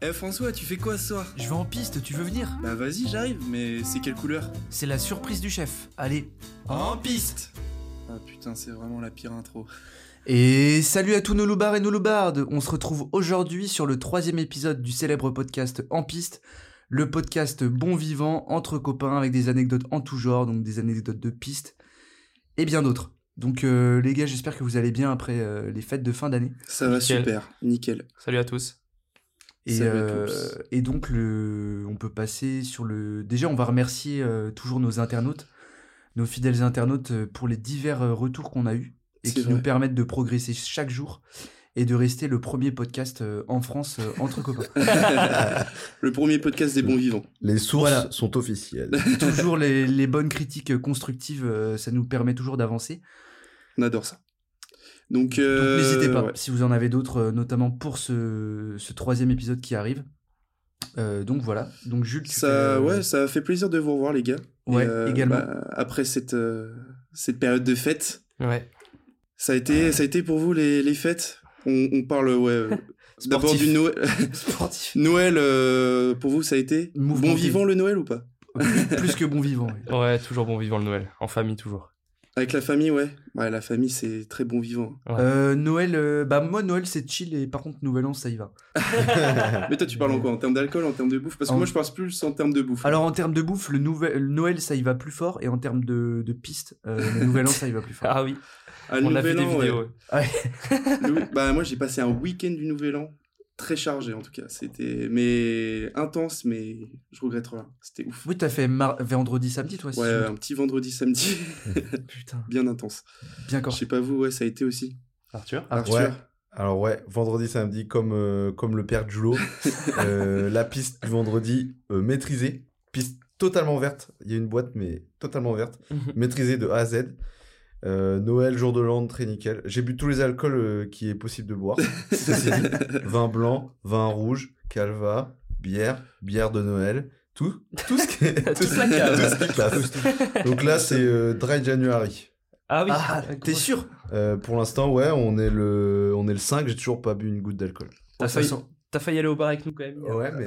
Eh François, tu fais quoi ce soir Je vais en piste, tu veux venir Bah vas-y, j'arrive, mais c'est quelle couleur C'est la surprise du chef. Allez. piste Ah putain, c'est vraiment la pire intro. Et salut à tous nos loubards et nos loubardes On se retrouve aujourd'hui sur le troisième épisode du célèbre podcast En piste, le podcast bon vivant entre copains avec des anecdotes en tout genre, donc des anecdotes de piste et bien d'autres. Donc euh, les gars, j'espère que vous allez bien après euh, les fêtes de fin d'année. Ça va Nickel. super, nickel. Salut à tous. Et, Salut à euh, tous. et donc, le, on peut passer sur le. Déjà, on va remercier euh, toujours nos internautes, nos fidèles internautes euh, pour les divers euh, retours qu'on a eus et C'est qui vrai. nous permettent de progresser chaque jour et de rester le premier podcast euh, en France euh, entre copains. le premier podcast des bons vivants. Les sources Voilà. sont officielles. toujours les, les bonnes critiques euh, constructives, euh, ça nous permet toujours d'avancer. On adore ça. Donc, Donc, euh, n'hésitez pas ouais. si vous en avez d'autres, euh, notamment pour ce, ce troisième épisode qui arrive. Euh, donc voilà. Donc Jules, tu Ça, fais, euh, ouais, ça fait plaisir de vous revoir les gars. Et, ouais, euh, également. bah, après cette, euh, cette période de fête, Ouais. ça a été, ça a été pour vous les, les fêtes on, on parle, ouais, euh, d'abord Sportif. du Noël. Sportif. Noël, euh, pour vous, ça a été Mouvementé. Bon vivant le Noël ou pas plus, plus que bon vivant. oui. Ouais, toujours bon vivant le Noël. En famille, toujours. Avec la famille, ouais. Ouais, la famille, c'est très bon vivant. Ouais. Euh, Noël, euh, bah moi Noël c'est chill et par contre Nouvel An ça y va. Mais toi, tu parles en quoi En termes d'alcool, en termes de bouffe Parce que En- moi, je pense plus en termes de bouffe. Alors en termes de bouffe, le, nouvel, le Noël ça y va plus fort et en termes de, de piste, euh, le Nouvel An ça y va plus fort. Ah oui, Ah, le on a vu Nouvel des An, ouais. vidéos. ouais. Le- Bah, moi, j'ai passé un week-end du Nouvel An. Très chargé, en tout cas. C'était mais intense, mais je regrette rien. C'était ouf. Oui, t'as fait mar- vendredi samedi toi si Ouais, je me un petit vendredi, samedi, trompe. Putain, bien intense. bien Je corps. sais pas vous, ouais, ça a été aussi. Arthur Arthur, Ouais. Alors ouais, vendredi, samedi, comme, euh, comme le père Julo, euh, la piste du vendredi euh, maîtrisée, piste totalement verte. Il y a une boîte, mais totalement verte, Mhm. maîtrisée de A à Z. Euh, Noël, jour de l'an, très nickel. J'ai bu tous les alcools euh, qui est possible de boire. Ceci dit, vin blanc, vin rouge, calva, bière, bière de Noël, tout, tout ce qui est, Toute ce- la cave. tout ce qui classe. Donc là, c'est euh, Dry January. Ah oui. Ah, t'es grosse- sûr Euh, pour l'instant, ouais, on est le, on est le 5, j'ai toujours pas bu une goutte d'alcool. T'as Ça failli, sent- t'as failli aller au bar avec nous quand même. hier. Ouais, mais.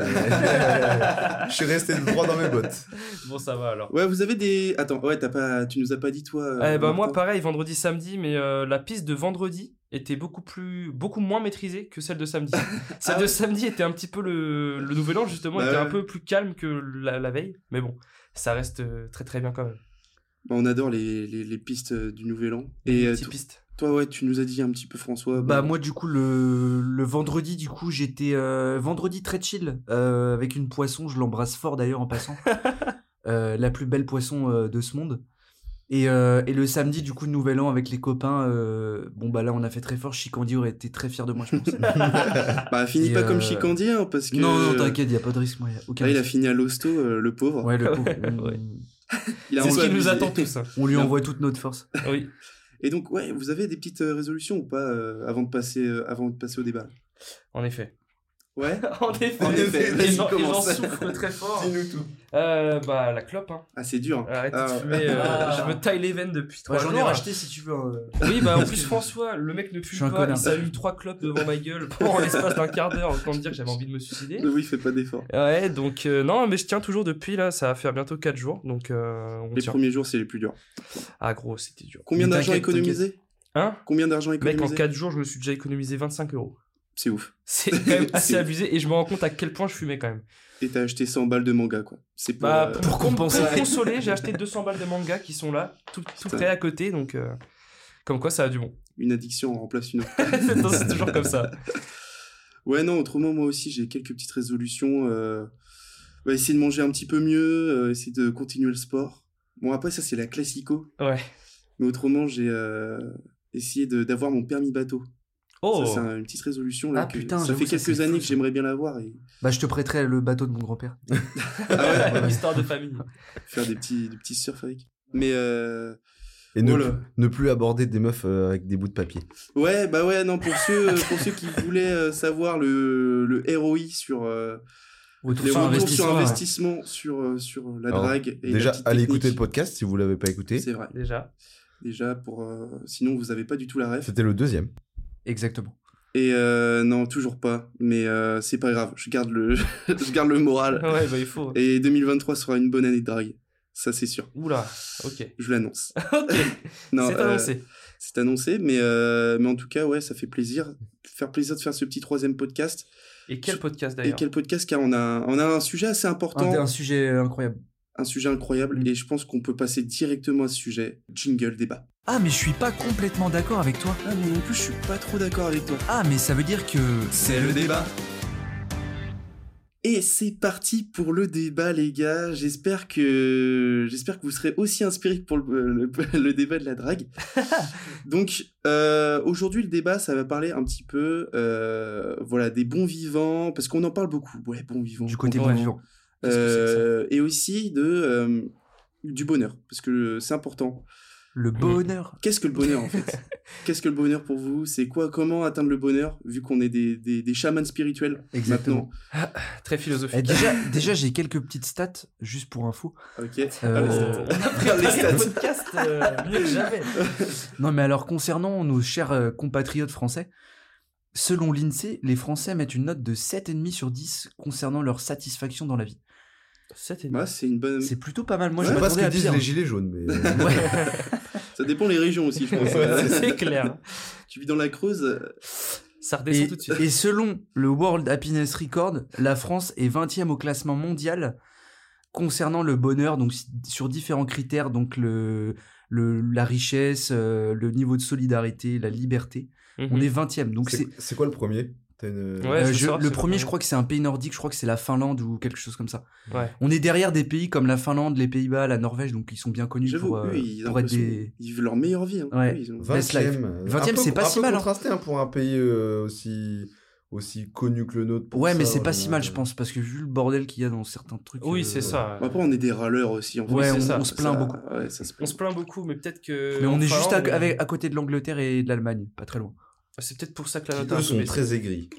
Je suis resté droit dans mes bottes. Bon, ça va alors. Ouais, vous avez des. Attends, ouais, t'as pas... tu nous as pas dit, toi. euh, Eh ben, moi, Martin pareil, vendredi, samedi, mais euh, la piste de vendredi était beaucoup plus, beaucoup moins maîtrisée que celle de samedi. celle Ah de ouais. samedi était un petit peu le, le nouvel an, justement, Bah était un ouais. peu plus calme que la, la veille. Mais bon, ça reste euh, très très bien quand même. Bah, on adore les, les, les pistes euh, du Nouvel An. Et euh, Petite to- piste. toi, ouais, tu nous as dit un petit peu, François. Bah bon, moi du coup le, le vendredi du coup j'étais euh, vendredi très chill euh, avec une poisson, je l'embrasse fort d'ailleurs en passant. Euh, la plus belle poisson euh, de ce monde. Et, euh, et le samedi du coup nouvel an avec les copains, euh, bon bah là on a fait très fort, Chikandi aurait été très fier de moi je pense. Bah, finis Et, pas comme euh, Chicandier, hein, parce que. Non, non, t'inquiète, il a pas de risque, moi, y a aucun Là, Ah, il a risque. fini à l'hosto, euh, le pauvre. Ouais, le pauvre. on, ouais. Il a C'est ce qui enlevé- nous attend tous. hein. on lui Non. envoie toute notre force. Oui. Et donc, ouais, vous avez des petites euh, résolutions ou pas euh, avant, de passer, euh, avant de passer au débat En effet. Ouais En effet. En effet, Et vas-y, j'en- et j'en commence. souffre très fort. Dis-nous tout. Euh, bah, la clope, hein. Ah, c'est dur. Arrêtez Ah, de ouais. fumer. euh, Ah. Je me taille les veines depuis trois Ouais, J'en ai jours. racheté si tu veux. euh. Oui, bah, en plus, François, le mec ne Je fume suis un pas. connard. Il s'allume trois clopes devant ma gueule pendant l'espace d'un quart d'heure. Autant te dire que j'avais envie de me suicider. Oui, fais pas d'efforts. Ouais, donc, euh, non, mais je tiens toujours depuis là. Ça va faire bientôt quatre jours. Donc, euh, on Les tient. premiers jours, c'est les plus durs. Ah, gros, c'était dur. Combien Mais d'argent t'inquiète, économisé Hein Combien d'argent Mec, en économisé quatre jours, je me suis déjà économisé 25 euros. C'est ouf. C'est quand même assez C'est- abusé et je me rends compte à quel point je fumais quand même. Et t'as acheté 100 balles de manga, quoi. C'est pas. Bah, euh, pour, pour com- compenser. pour consoler, j'ai acheté 200 balles de manga qui sont là, tout, tout Putain. près à côté, donc euh, comme quoi ça a du bon. Une addiction en remplace une autre. Non, c'est toujours comme ça. Ouais, non, autrement, moi aussi, j'ai quelques petites résolutions. Euh... ouais, essayer de manger un petit peu mieux, euh, essayer de continuer le sport. Bon, après, ça, c'est la classico. Ouais. Mais autrement, j'ai euh, essayé de- d'avoir mon permis bateau. Oh, Ça, c'est un- une petite résolution. Là, Ah, que- putain, ça j'avoue, fait ça, quelques c'est années fou, que ça. j'aimerais bien l'avoir et Bah je te prêterai le bateau de mon grand-père. Ah ouais, ouais. histoire de famille. faire des petits, des petits surf avec. Mais euh, Et ne, Oh là. plus- ne plus aborder des meufs euh, avec des bouts de papier. ouais, bah ouais, non, pour ceux, euh, pour ceux qui voulaient euh, savoir le, le ROI sur euh, Retour les sur retours sur investissement, ouais. investissement sur, euh, sur la Alors, drague. Et Déjà, la petite allez technique. écouter le podcast si vous l'avez pas écouté. C'est vrai. Déjà. Déjà, pour, euh, sinon, vous avez pas du tout la ref. C'était le deuxième. Exactement. Et euh, non, toujours pas. Mais euh, c'est pas grave, je garde le, je garde le moral. Ouais, bah il faut. Et 2023 sera une bonne année de drague. Ça, c'est sûr. Oula, ok. Je l'annonce. Ok, Non, c'est euh, annoncé. c'est annoncé, mais, euh, mais en tout cas, ouais, ça fait plaisir. Faire plaisir de faire ce petit troisième podcast. Et quel podcast Et d'ailleurs quel podcast, car on a, on a un sujet assez Un, important, un sujet euh, incroyable. un sujet incroyable, Mm. et je pense qu'on peut passer directement à ce sujet. Jingle débat. Ah, mais je suis pas complètement d'accord avec toi. Ah, moi non plus, je suis pas trop d'accord avec toi. Ah, mais ça veut dire que. C'est le débat. Et c'est parti pour le débat, les gars. J'espère que j'espère que vous serez aussi inspirés que pour le, le- le débat de la drague. Donc euh, aujourd'hui, le débat, ça va parler un petit peu, euh, voilà, des bons vivants, parce qu'on en parle beaucoup. Ouais, bons vivants. Du côté bons bon vivants. vivant. Qu'est-ce que c'est que ça Euh, et aussi de euh, du bonheur, parce que c'est important. Le bonheur. Qu'est-ce que le bonheur en fait Qu'est-ce que le bonheur pour vous C'est quoi Comment atteindre le bonheur Vu qu'on est des, des, des chamans spirituels Exactement. Très Eh, philosophique. déjà, déjà j'ai quelques petites stats, juste pour info. maintenant. Ok. Euh, On a les préparé stats. un podcast euh, mieux que jamais. Non, mais alors, concernant nos chers euh, compatriotes français, selon l'INSEE, les Français mettent une note de 7,5 sur 10 concernant leur satisfaction dans la vie. C'était Bah, c'est une bonne. C'est plutôt pas mal. Moi, Moi, je sais pas ce m'attendais à que disent pire. hein. les gilets jaunes, mais. euh, Ouais. Ça dépend les régions aussi, je pense. c'est clair. hein. tu vis dans la Creuse, euh, Ça redescend Et, tout de suite. et selon le World Happiness Record, la France est 20e au classement mondial concernant le bonheur, donc si- sur différents critères, donc le, le- la richesse, euh, le niveau de solidarité, la liberté. On Mhm. est 20e. Donc c'est c'est- C'est quoi le premier T'as une. Ouais. euh, c'est je- ça, le c'est le premier, premier. je crois que c'est un pays nordique, je crois que c'est la Finlande ou quelque chose comme ça. Ouais. On est derrière des pays comme la Finlande, les Pays-Bas, la Norvège, donc ils sont bien connus j'avoue, pour, euh, eux, ils, ont pour être l'impression- des. ils vivent leur meilleure vie. hein. Ouais. Eux, ils ont- 20 Best life. euh, 20e, c'est pas si mal, hein. contrasté hein, pour un pays euh, aussi, aussi connu que le nôtre. pour Ouais, ça, euh, mais c'est en euh, pas si mal, général. je pense, parce que vu le bordel qu'il y a dans certains trucs. Oui, euh, c'est ça. Bon, Après, on est des râleurs aussi. En Ouais, fait, on- ça. on se plaint Ça- beaucoup. ouais, ça se On plaint. se plaint beaucoup, mais peut-être que. Mais on en est juste à, Finlande, on- Ah, avec- à côté de l'angleterre et de l'Allemagne, pas très loin. C'est peut-être pour ça que la Qui, note a eux un peu sont baissé. très aigris.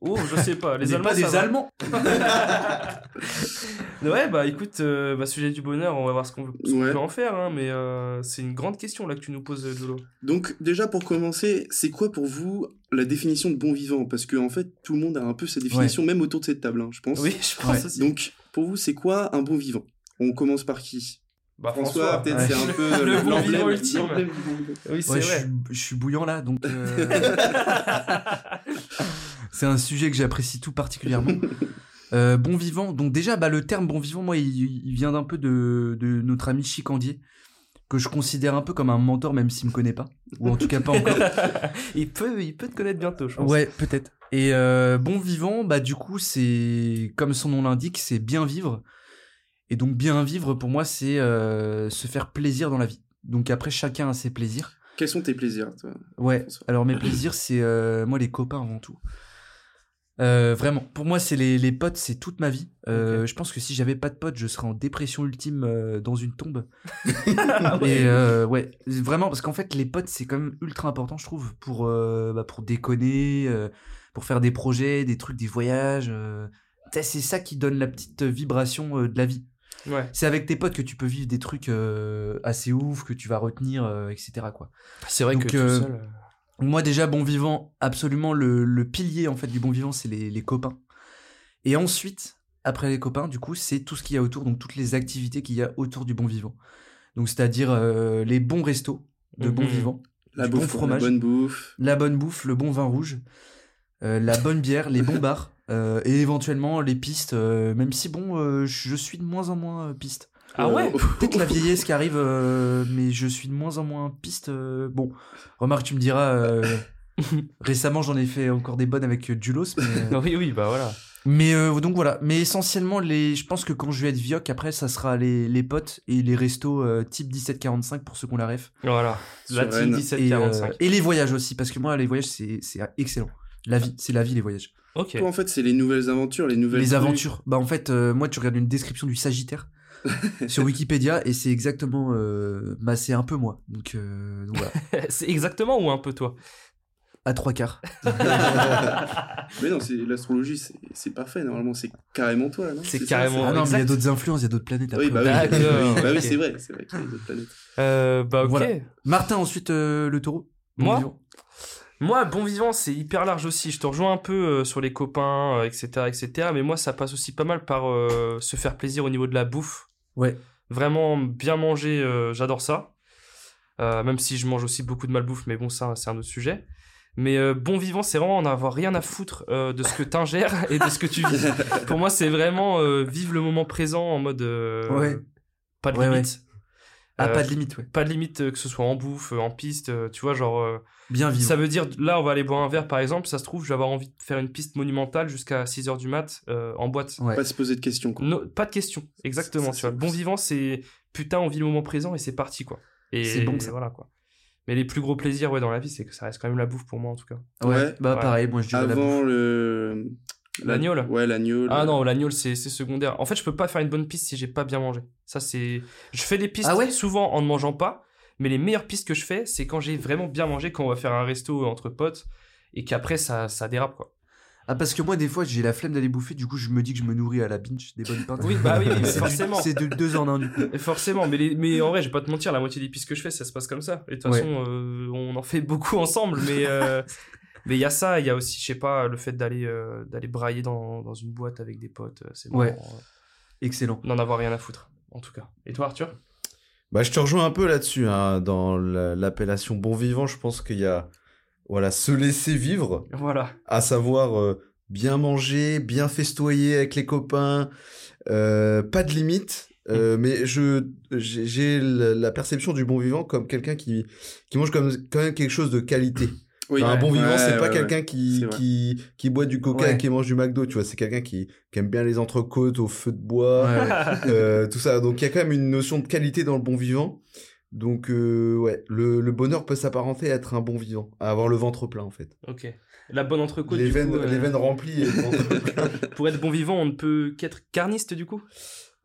Oh, je sais pas. Les n'est Allemands. pas des ça va. Allemands. Ouais, bah écoute, euh, bah, sujet du bonheur, on va voir ce qu'on ce qu'on Ouais. peut en faire, hein, mais euh, c'est une grande question là que tu nous poses, euh, Jolo. Donc, déjà pour commencer, c'est quoi pour vous la définition de bon vivant Parce que en fait, tout le monde a un peu sa définition, même autour de cette table, hein, je pense. Oui, je pense Ouais. aussi. Donc, pour vous, c'est quoi un bon vivant On commence par qui Bah, François, peut-être ouais. c'est un peu Le bon l'emblème- vivant ultime. l'emblème du bon vivant. Oui, c'est Ouais, je, vrai. suis, je suis bouillant là, donc. euh, c'est un sujet que j'apprécie tout particulièrement. Euh, bon vivant, donc déjà, bah, le terme bon vivant, moi, il, il vient d'un peu de, de notre ami Chicandier, que je considère un peu comme un mentor, même s'il me connaît pas, ou en tout cas pas encore. il, peut, il peut te connaître bientôt, je pense. Ouais, peut-être. Et euh, bon vivant, bah du coup, c'est comme son nom l'indique, c'est bien vivre. Et donc bien vivre pour moi, c'est euh, se faire plaisir dans la vie. Donc après, chacun a ses plaisirs. Quels sont tes plaisirs, toi Ouais. François Alors mes plaisirs, c'est euh, moi les copains avant tout. Euh, vraiment, pour moi, c'est les, les potes, c'est toute ma vie. Euh, Je pense que si j'avais pas de potes, je serais en dépression ultime euh, dans une tombe. Ah Et euh, ouais, vraiment, parce qu'en fait, les potes, c'est quand même ultra important, je trouve, pour, euh, bah, pour déconner, euh, pour faire des projets, des trucs, des voyages. euh. T'sais, C'est ça qui donne la petite vibration euh, de la vie. Ouais. C'est avec tes potes que tu peux vivre des trucs euh, assez ouf, que tu vas retenir, euh, etc. Quoi. C'est vrai Donc, que euh, tout seul. euh, Moi déjà, bon vivant, absolument le, le pilier en fait du bon vivant, c'est les, les copains. Et ensuite, après les copains, du coup, c'est tout ce qu'il y a autour, donc toutes les activités qu'il y a autour du bon vivant. Donc c'est-à-dire euh, les bons restos de bon Mhm. vivant, La du bouffe, bon fromage, la bonne bouffe. la bonne bouffe, le bon vin rouge, euh, la bonne bière, les bons bars, euh, et éventuellement les pistes, euh, même si bon, euh, je suis de moins en moins euh, piste. Ah Euh, ouais Peut-être la vieillesse qui arrive, euh, mais je suis de moins en moins piste. euh, bon, remarque, tu me diras. euh, récemment, j'en ai fait encore des bonnes avec euh, Dulos. Mais, euh, Oui, oui, bah voilà. mais, euh, donc voilà. Mais essentiellement, les, je pense que quand je vais être vioc, après, ça sera les, les potes et les restos euh, type 1745 pour ceux qu'on la ref. Voilà. La team Sereine. Et, euh, 1745. et les voyages aussi, parce que moi, les voyages, c'est c'est excellent. La vie, c'est la vie, les voyages. Ok. Toi, en fait, c'est les nouvelles aventures, les nouvelles. Les trucs. aventures. Bah en fait, euh, moi tu regardes une description du Sagittaire sur Wikipédia et c'est exactement, euh, bah c'est un peu moi. Donc, euh, donc voilà, c'est exactement ou un peu toi à trois quarts. Mais non, c'est l'astrologie, c'est c'est parfait. Normalement, c'est carrément toi. non C'est ça, carrément- ah non, mais il y a exact. d'autres influences, il y a d'autres planètes. c'est- Après. Euh, Oui, bah oui, D'accord, Bah oui, ok. c'est vrai, c'est vrai qu'il y a d'autres planètes. euh, Bah ok. Voilà. Martin ensuite euh, le Taureau. Moi Bon vivant. Moi, bon vivant, c'est hyper large aussi. Je te rejoins un peu euh, sur les copains, euh, etc., etc. Mais moi, ça passe aussi pas mal par euh, se faire plaisir au niveau de la bouffe. Ouais. Vraiment bien manger, euh, j'adore ça. Euh, même si je mange aussi beaucoup de malbouffe, mais bon, ça, c'est un autre sujet. Mais euh, bon vivant, c'est vraiment en avoir rien à foutre euh, de ce que t'ingères et de ce que tu vis. Pour moi, c'est vraiment euh, vivre le moment présent en mode euh, Ouais. pas de Ouais, ouais. limite. Ah, Euh, pas de limite, ouais. Pas de limite euh, que ce soit en bouffe, euh, en piste, euh, tu vois, genre. euh, Bien vivant. ça veut dire, là, on va aller boire un verre, par exemple. Ça se trouve, je vais avoir envie de faire une piste monumentale jusqu'à 6h du mat euh, en boîte. Ouais. Pas se poser de questions. Quoi. No- pas de question, exactement. Ça, tu c'est vois. Bon vivant, c'est putain, on vit le moment présent et c'est parti, quoi. Et C'est bon, ça. Voilà, quoi. Mais les plus gros plaisirs ouais, dans la vie, c'est que ça reste quand même la bouffe pour moi, en tout cas. Ouais. Ouais. Bah, Ouais. pareil, moi, je dirais la bouffe. Avant le. L'agneau, là. Ouais, l'agneau. Ah le- non, l'agneau, c'est c'est secondaire. En fait, je peux pas faire une bonne piste si j'ai pas bien mangé. Ça, c'est. Je fais des pistes Ah ouais souvent en ne mangeant pas, mais les meilleures pistes que je fais, c'est quand j'ai vraiment bien mangé, quand on va faire un resto entre potes et qu'après, ça, ça dérape, quoi. Ah, parce que moi, des fois, j'ai la flemme d'aller bouffer, du coup, je me dis que je me nourris à la binge des bonnes pintes. Oui, bah oui, oui, mais C'est du- forcément. C'est de deux en un, du coup. Et Forcément, mais, les- mais en vrai, je vais pas te mentir, la moitié des pistes que je fais, ça se passe comme ça. Et de toute Ouais. façon, euh, on en fait beaucoup ensemble, mais euh, mais il y a ça, il y a aussi, je sais pas, le fait d'aller euh, d'aller brailler dans, dans une boîte avec des potes, euh, c'est Ouais. vraiment Excellent. n'en avoir rien à foutre, en tout cas. Et toi, Arthur Bah, je te rejoins un peu là-dessus, hein, dans la- l'appellation bon vivant. Je pense qu'il y a, voilà, se laisser vivre, Voilà. à savoir euh, bien manger, bien festoyer avec les copains, euh, pas de limite. Mm. Euh, mais je j'ai j'ai la la perception du bon vivant comme quelqu'un qui qui mange comme quand même quelque chose de qualité. Oui. Enfin, un bon vivant, Ouais, c'est ouais, pas ouais. quelqu'un qui, C'est vrai. qui, qui boit du coca Ouais. et qui mange du McDo, tu vois. C'est quelqu'un qui, qui aime bien les entrecôtes au feu de bois, Ouais, ouais. euh, tout ça. Donc, il y a quand même une notion de qualité dans le bon vivant. Donc, euh, ouais, le, le bonheur peut s'apparenter à être un bon vivant, à avoir le ventre plein, en fait. Ok. La bonne entrecôte, Les du veines, coup, euh, les veines remplies et le ventre plein. pour être bon vivant, on ne peut qu'être carniste, du coup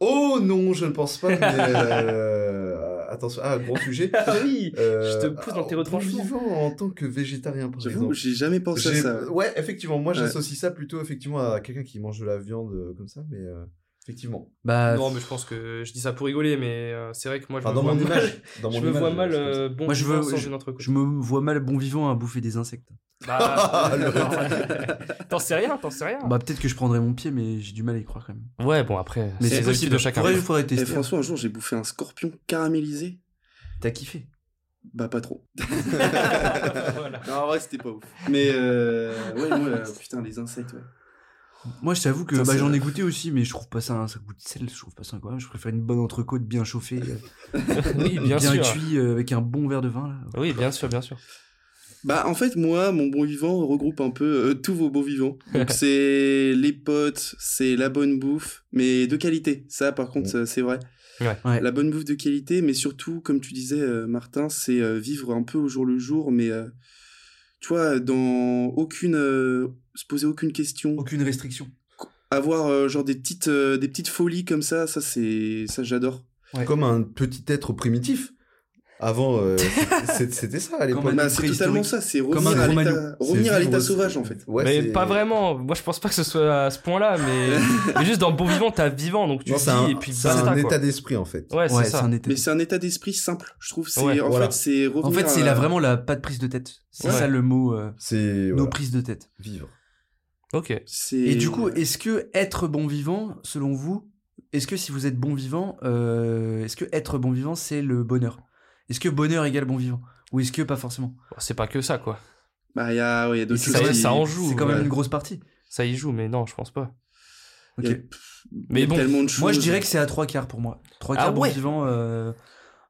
Oh non, je ne pense pas, mais... euh, attention, ah, gros sujet. Ah oui Euh, Je te pousse dans tes alors, retranchements. Bon vivant en tant que végétarien, par J'avoue, exemple. j'ai jamais pensé à J'ai- ça. Ouais, effectivement. Moi, Ouais. j'associe ça plutôt effectivement à quelqu'un qui mange de la viande euh, comme ça, mais euh, effectivement. Bah, Non, mais je pense que je dis ça pour rigoler, mais euh, c'est vrai que moi, je Ah, Enfin, me dans vois mon mal- image. Dans Je mon me image, vois mal c'est comme ça. euh, bon Moi, je vivant veux- sans une entrecôte. je me vois mal bon vivant à bouffer des insectes. Bah, Le- euh, t'en sais rien, t'en sais rien. Bah, peut-être que je prendrais mon pied, mais j'ai du mal à y croire quand même. ouais, bon après, c'est Mais les possible. habitudes de chacun. Faudrait- faudrait tester. Et François, Eh, un jour, j'ai bouffé un scorpion caramélisé. T'as kiffé Bah, pas trop. Voilà. Non, en vrai, c'était pas ouf. Mais euh, ouais, moi, euh, putain, les insectes, ouais. Moi, je t'avoue que Putain, bah, c'est- j'en ai goûté aussi, mais je trouve pas ça, ça goûte sel, je trouve pas ça incroyable. Je préfère une bonne entrecôte bien chauffée, euh, Oui, bien, sûr. cuit, euh, avec un bon verre de vin. Là. Oui, bien sûr, bien sûr. Bah, en fait, moi, mon bon vivant regroupe un peu euh, tous vos bons vivants. Donc, c'est les potes, c'est la bonne bouffe, mais de qualité. Ça, par contre, ça, c'est vrai. Ouais. Ouais. La bonne bouffe de qualité, mais surtout, comme tu disais, euh, Martin, c'est euh, vivre un peu au jour le jour, mais euh, tu vois, dans aucune. euh, se poser aucune question. Aucune restriction. Avoir euh, genre des petites, euh, des petites folies comme ça, ça, c'est. Ça, j'adore. Ouais. Comme un petit être primitif. Avant, euh, c'est- c'est- c'était ça à l'époque. un Bah, c'est préhistorique. totalement ça, c'est Comme revenir un à gros l'état- maillot. revenir C'est à l'état vivre, sauvage, c'est- en fait. Ouais, mais c'est- pas vraiment. Moi, je pense pas que ce soit à ce point-là, mais, mais juste dans Bon Vivant, t'as vivant, donc tu Non, vis c'est un, et puis c'est basta. un quoi. état d'esprit en fait. Ouais, c'est Ouais, c'est ça. un état. Mais c'est un état d'esprit simple, je trouve. C'est Ouais, en voilà. fait, c'est revenir. En fait, c'est à- là vraiment la pas de prise de tête. C'est Ouais. ça le mot, euh, C'est nos voilà, prises de tête. vivre. Ok. c'est- Et, du coup, est-ce que être bon vivant, selon vous, est-ce que si vous êtes bon vivant, euh, est-ce que être bon vivant, c'est le bonheur Est-ce que bonheur égale bon vivant Ou est-ce que pas forcément Bon, C'est pas que ça, quoi. bah il y a, ouais, il y a d'autres Et choses. ça, quand qui- ça en joue. C'est quand même ouais. une grosse partie. Ça y joue, mais non, je pense pas. Ok. il y a- Mais il y a bon, tellement de choses. Moi, je dirais que c'est à trois quarts pour moi. Trois Ah quarts bon ouais. vivant. euh,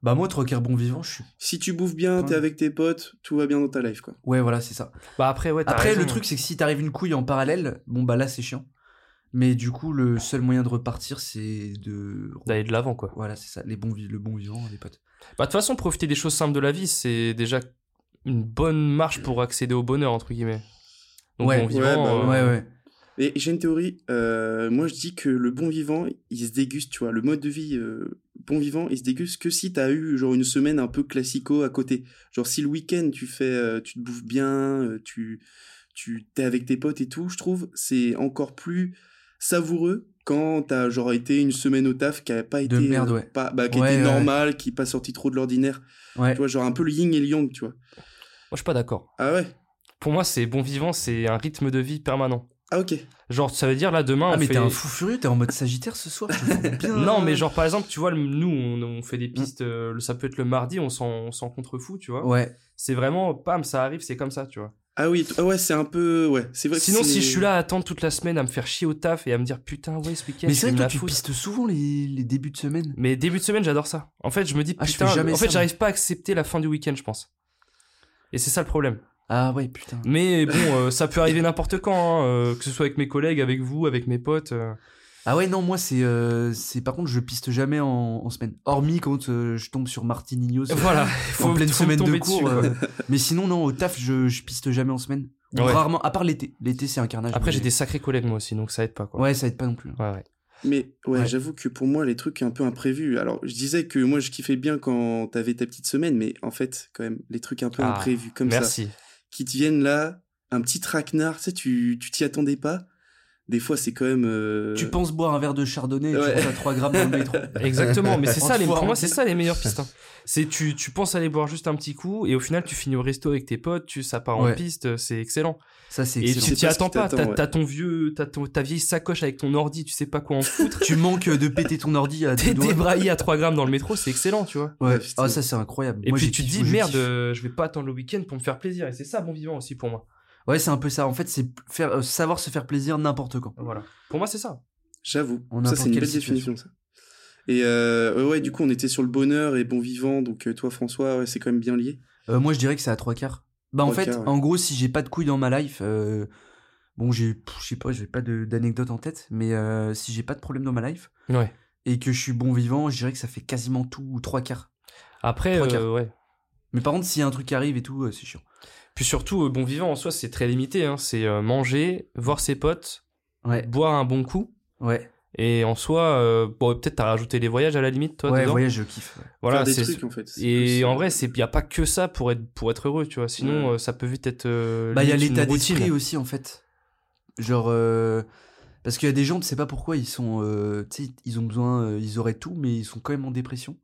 Bah moi, trois quarts bon vivant, je suis. si tu bouffes bien, t'es Ouais. avec tes potes, tout va bien dans ta life, quoi. Ouais, voilà, c'est ça. Bah après, ouais, t'as Après, raison. le truc, c'est que si t'arrives une couille en parallèle, bon bah là, c'est chiant. Mais du coup, le seul moyen de repartir, c'est de. hein, d'aller de l'avant, quoi. Voilà, c'est ça. Les bons vi- le bon vivant, les potes. Bah, de toute façon, profiter des choses simples de la vie, c'est déjà une bonne marche pour accéder au bonheur, entre guillemets. Donc, Ouais. bon vivant, Ouais, bah, Ouais, euh, ouais. Et j'ai une théorie. euh, moi, je dis que le bon vivant, il se déguste, tu vois. Le mode de vie euh, bon vivant, il se déguste que si t'as eu genre une semaine un peu classico à côté. Genre si le week-end tu fais, euh, tu te bouffes bien, euh, tu tu t'es avec tes potes et tout. Je trouve c'est encore plus savoureux quand t'as genre été une semaine au taf qui a pas De été merde, euh, ouais. pas bah, qui Ouais, était ouais, ouais. normale, qui est pas sorti trop de l'ordinaire. Ouais. Tu vois, genre un peu le yin et le yang, tu vois. Moi, je suis pas d'accord. Ah ouais. Pour moi, c'est bon vivant, c'est un rythme de vie permanent. Ah, ok. Genre, ça veut dire là demain, Ah, on mais fait. t'es un fou furieux, t'es en mode Sagittaire ce soir. je te sens bien. Non, mais genre par exemple, tu vois, le- nous, on, on fait des pistes. euh, le- ça peut être le mardi, on s'en, on s'en contrefou, tu vois. Mm. Ouais. C'est vraiment, pam, ça arrive, c'est comme ça, tu vois. Ah oui, t- ah ouais, c'est un peu. Ouais, c'est vrai que Sinon, c'est- si je suis là à attendre toute la semaine à me faire chier au taf et à me dire putain, ouais, ce week-end, Mais je c'est vrai vais me que toi, la tu foutre. pistes souvent les, les débuts de semaine. Mais début de semaine, j'adore ça. En fait, je me dis Ah, je fais putain, jamais en fait, ça, j'arrive pas à accepter la fin du week-end, je pense. Et c'est ça le problème. Ah ouais, putain. Mais bon, euh, ça peut arriver n'importe quand, hein, euh, que ce soit avec mes collègues, avec vous, avec mes potes. euh. Ah ouais, non, moi, c'est. euh, c'est Par contre, je piste jamais en, en semaine. Hormis quand euh, je tombe sur Martinino sur- Euh, Voilà, faut en pleine faut me semaine de tomber cours. dessus, quoi. euh, mais sinon, non, au taf, je, je piste jamais en semaine. Ou Ouais. Rarement, à part l'été. L'été, c'est un carnage. Après, mais- j'ai des sacrés collègues moi aussi, donc ça aide pas quoi. Ouais, ça aide pas non plus. hein. Ouais, ouais. Mais ouais, Ouais. j'avoue que pour moi, les trucs un peu imprévus. Alors, je disais que moi, je kiffais bien quand t'avais ta petite semaine, mais en fait, quand même, les trucs un peu Ah, imprévus comme ça, Merci. qui te viennent là, un petit traquenard, tu sais, tu tu t'y attendais pas. Des fois, c'est quand même. euh, Tu penses boire un verre de chardonnay et Ouais. tu rentres à 3 grammes dans le métro. Exactement, mais c'est On ça, te les, foire pour en moi, c'est ville. ça les meilleures pistes. hein. C'est tu, tu penses aller boire juste un petit coup et au final tu finis au resto avec tes potes, tu ça part en Ouais. piste, c'est excellent. Ça, c'est Et excellent. tu Tu sais t'y pas ce qui attends pas, t'attend, t'as ouais. t'as ton vieux, t'as ton- ta vieille sacoche avec ton ordi, tu sais pas quoi en foutre. Tu manques de péter ton ordi à T'es deux doigts. débraillé à 3 grammes dans le métro, c'est excellent, tu vois. Ouais. Ouais, putain. Ah, ça, c'est incroyable. Et Moi, puis j'ai tu te kiff- dis j'ai merde, kiff. euh, je vais pas attendre le week-end pour me faire plaisir. Et c'est ça, bon vivant aussi pour moi. Ouais, c'est un peu ça. En fait, c'est faire, euh, savoir se faire plaisir n'importe quand. Voilà. Pour moi, c'est ça. J'avoue. En Ça, n'importe c'est une quelle belle situation. définition, ça. Et euh, ouais, ouais, du coup, on était sur le bonheur et bon vivant. Donc, euh, toi, François, ouais, c'est quand même bien lié. Euh, moi, je dirais que c'est à trois quarts. Bah, en Trois fait, quarts, ouais. en gros, si j'ai pas de couilles dans ma life, euh, bon, j'ai, pff, je sais pas, j'ai pas de- d'anecdote en tête, mais euh, si j'ai pas de problème dans ma life Ouais. et que je suis bon vivant, je dirais que ça fait quasiment tout ou trois quarts. Après, Trois quarts. euh, ouais. Mais par contre, s'il y a un truc qui arrive et tout, euh, c'est chiant. Puis surtout, euh, bon vivant en soi, c'est très limité. hein. C'est euh, manger, voir ses potes, Ouais, boire un bon coup. ouais, Et en soi, euh, bon, peut-être t'as rajouté les voyages à la limite, toi. ouais, dedans. voyage, je kiffe. ouais. Voilà, Faire des c'est- trucs, en fait. C'est Et plus, en euh, vrai, c'est y a pas que ça pour être pour être heureux, tu vois. Sinon, Ouais. euh, ça peut vite être. euh, Mm. Bah, il y a limite une l'état routine. d'esprit aussi, en fait. Genre, euh, parce qu'il y a des gens, tu sais pas pourquoi, ils sont, euh, tu sais, ils ont besoin, euh, ils auraient tout, mais ils sont quand même en dépression.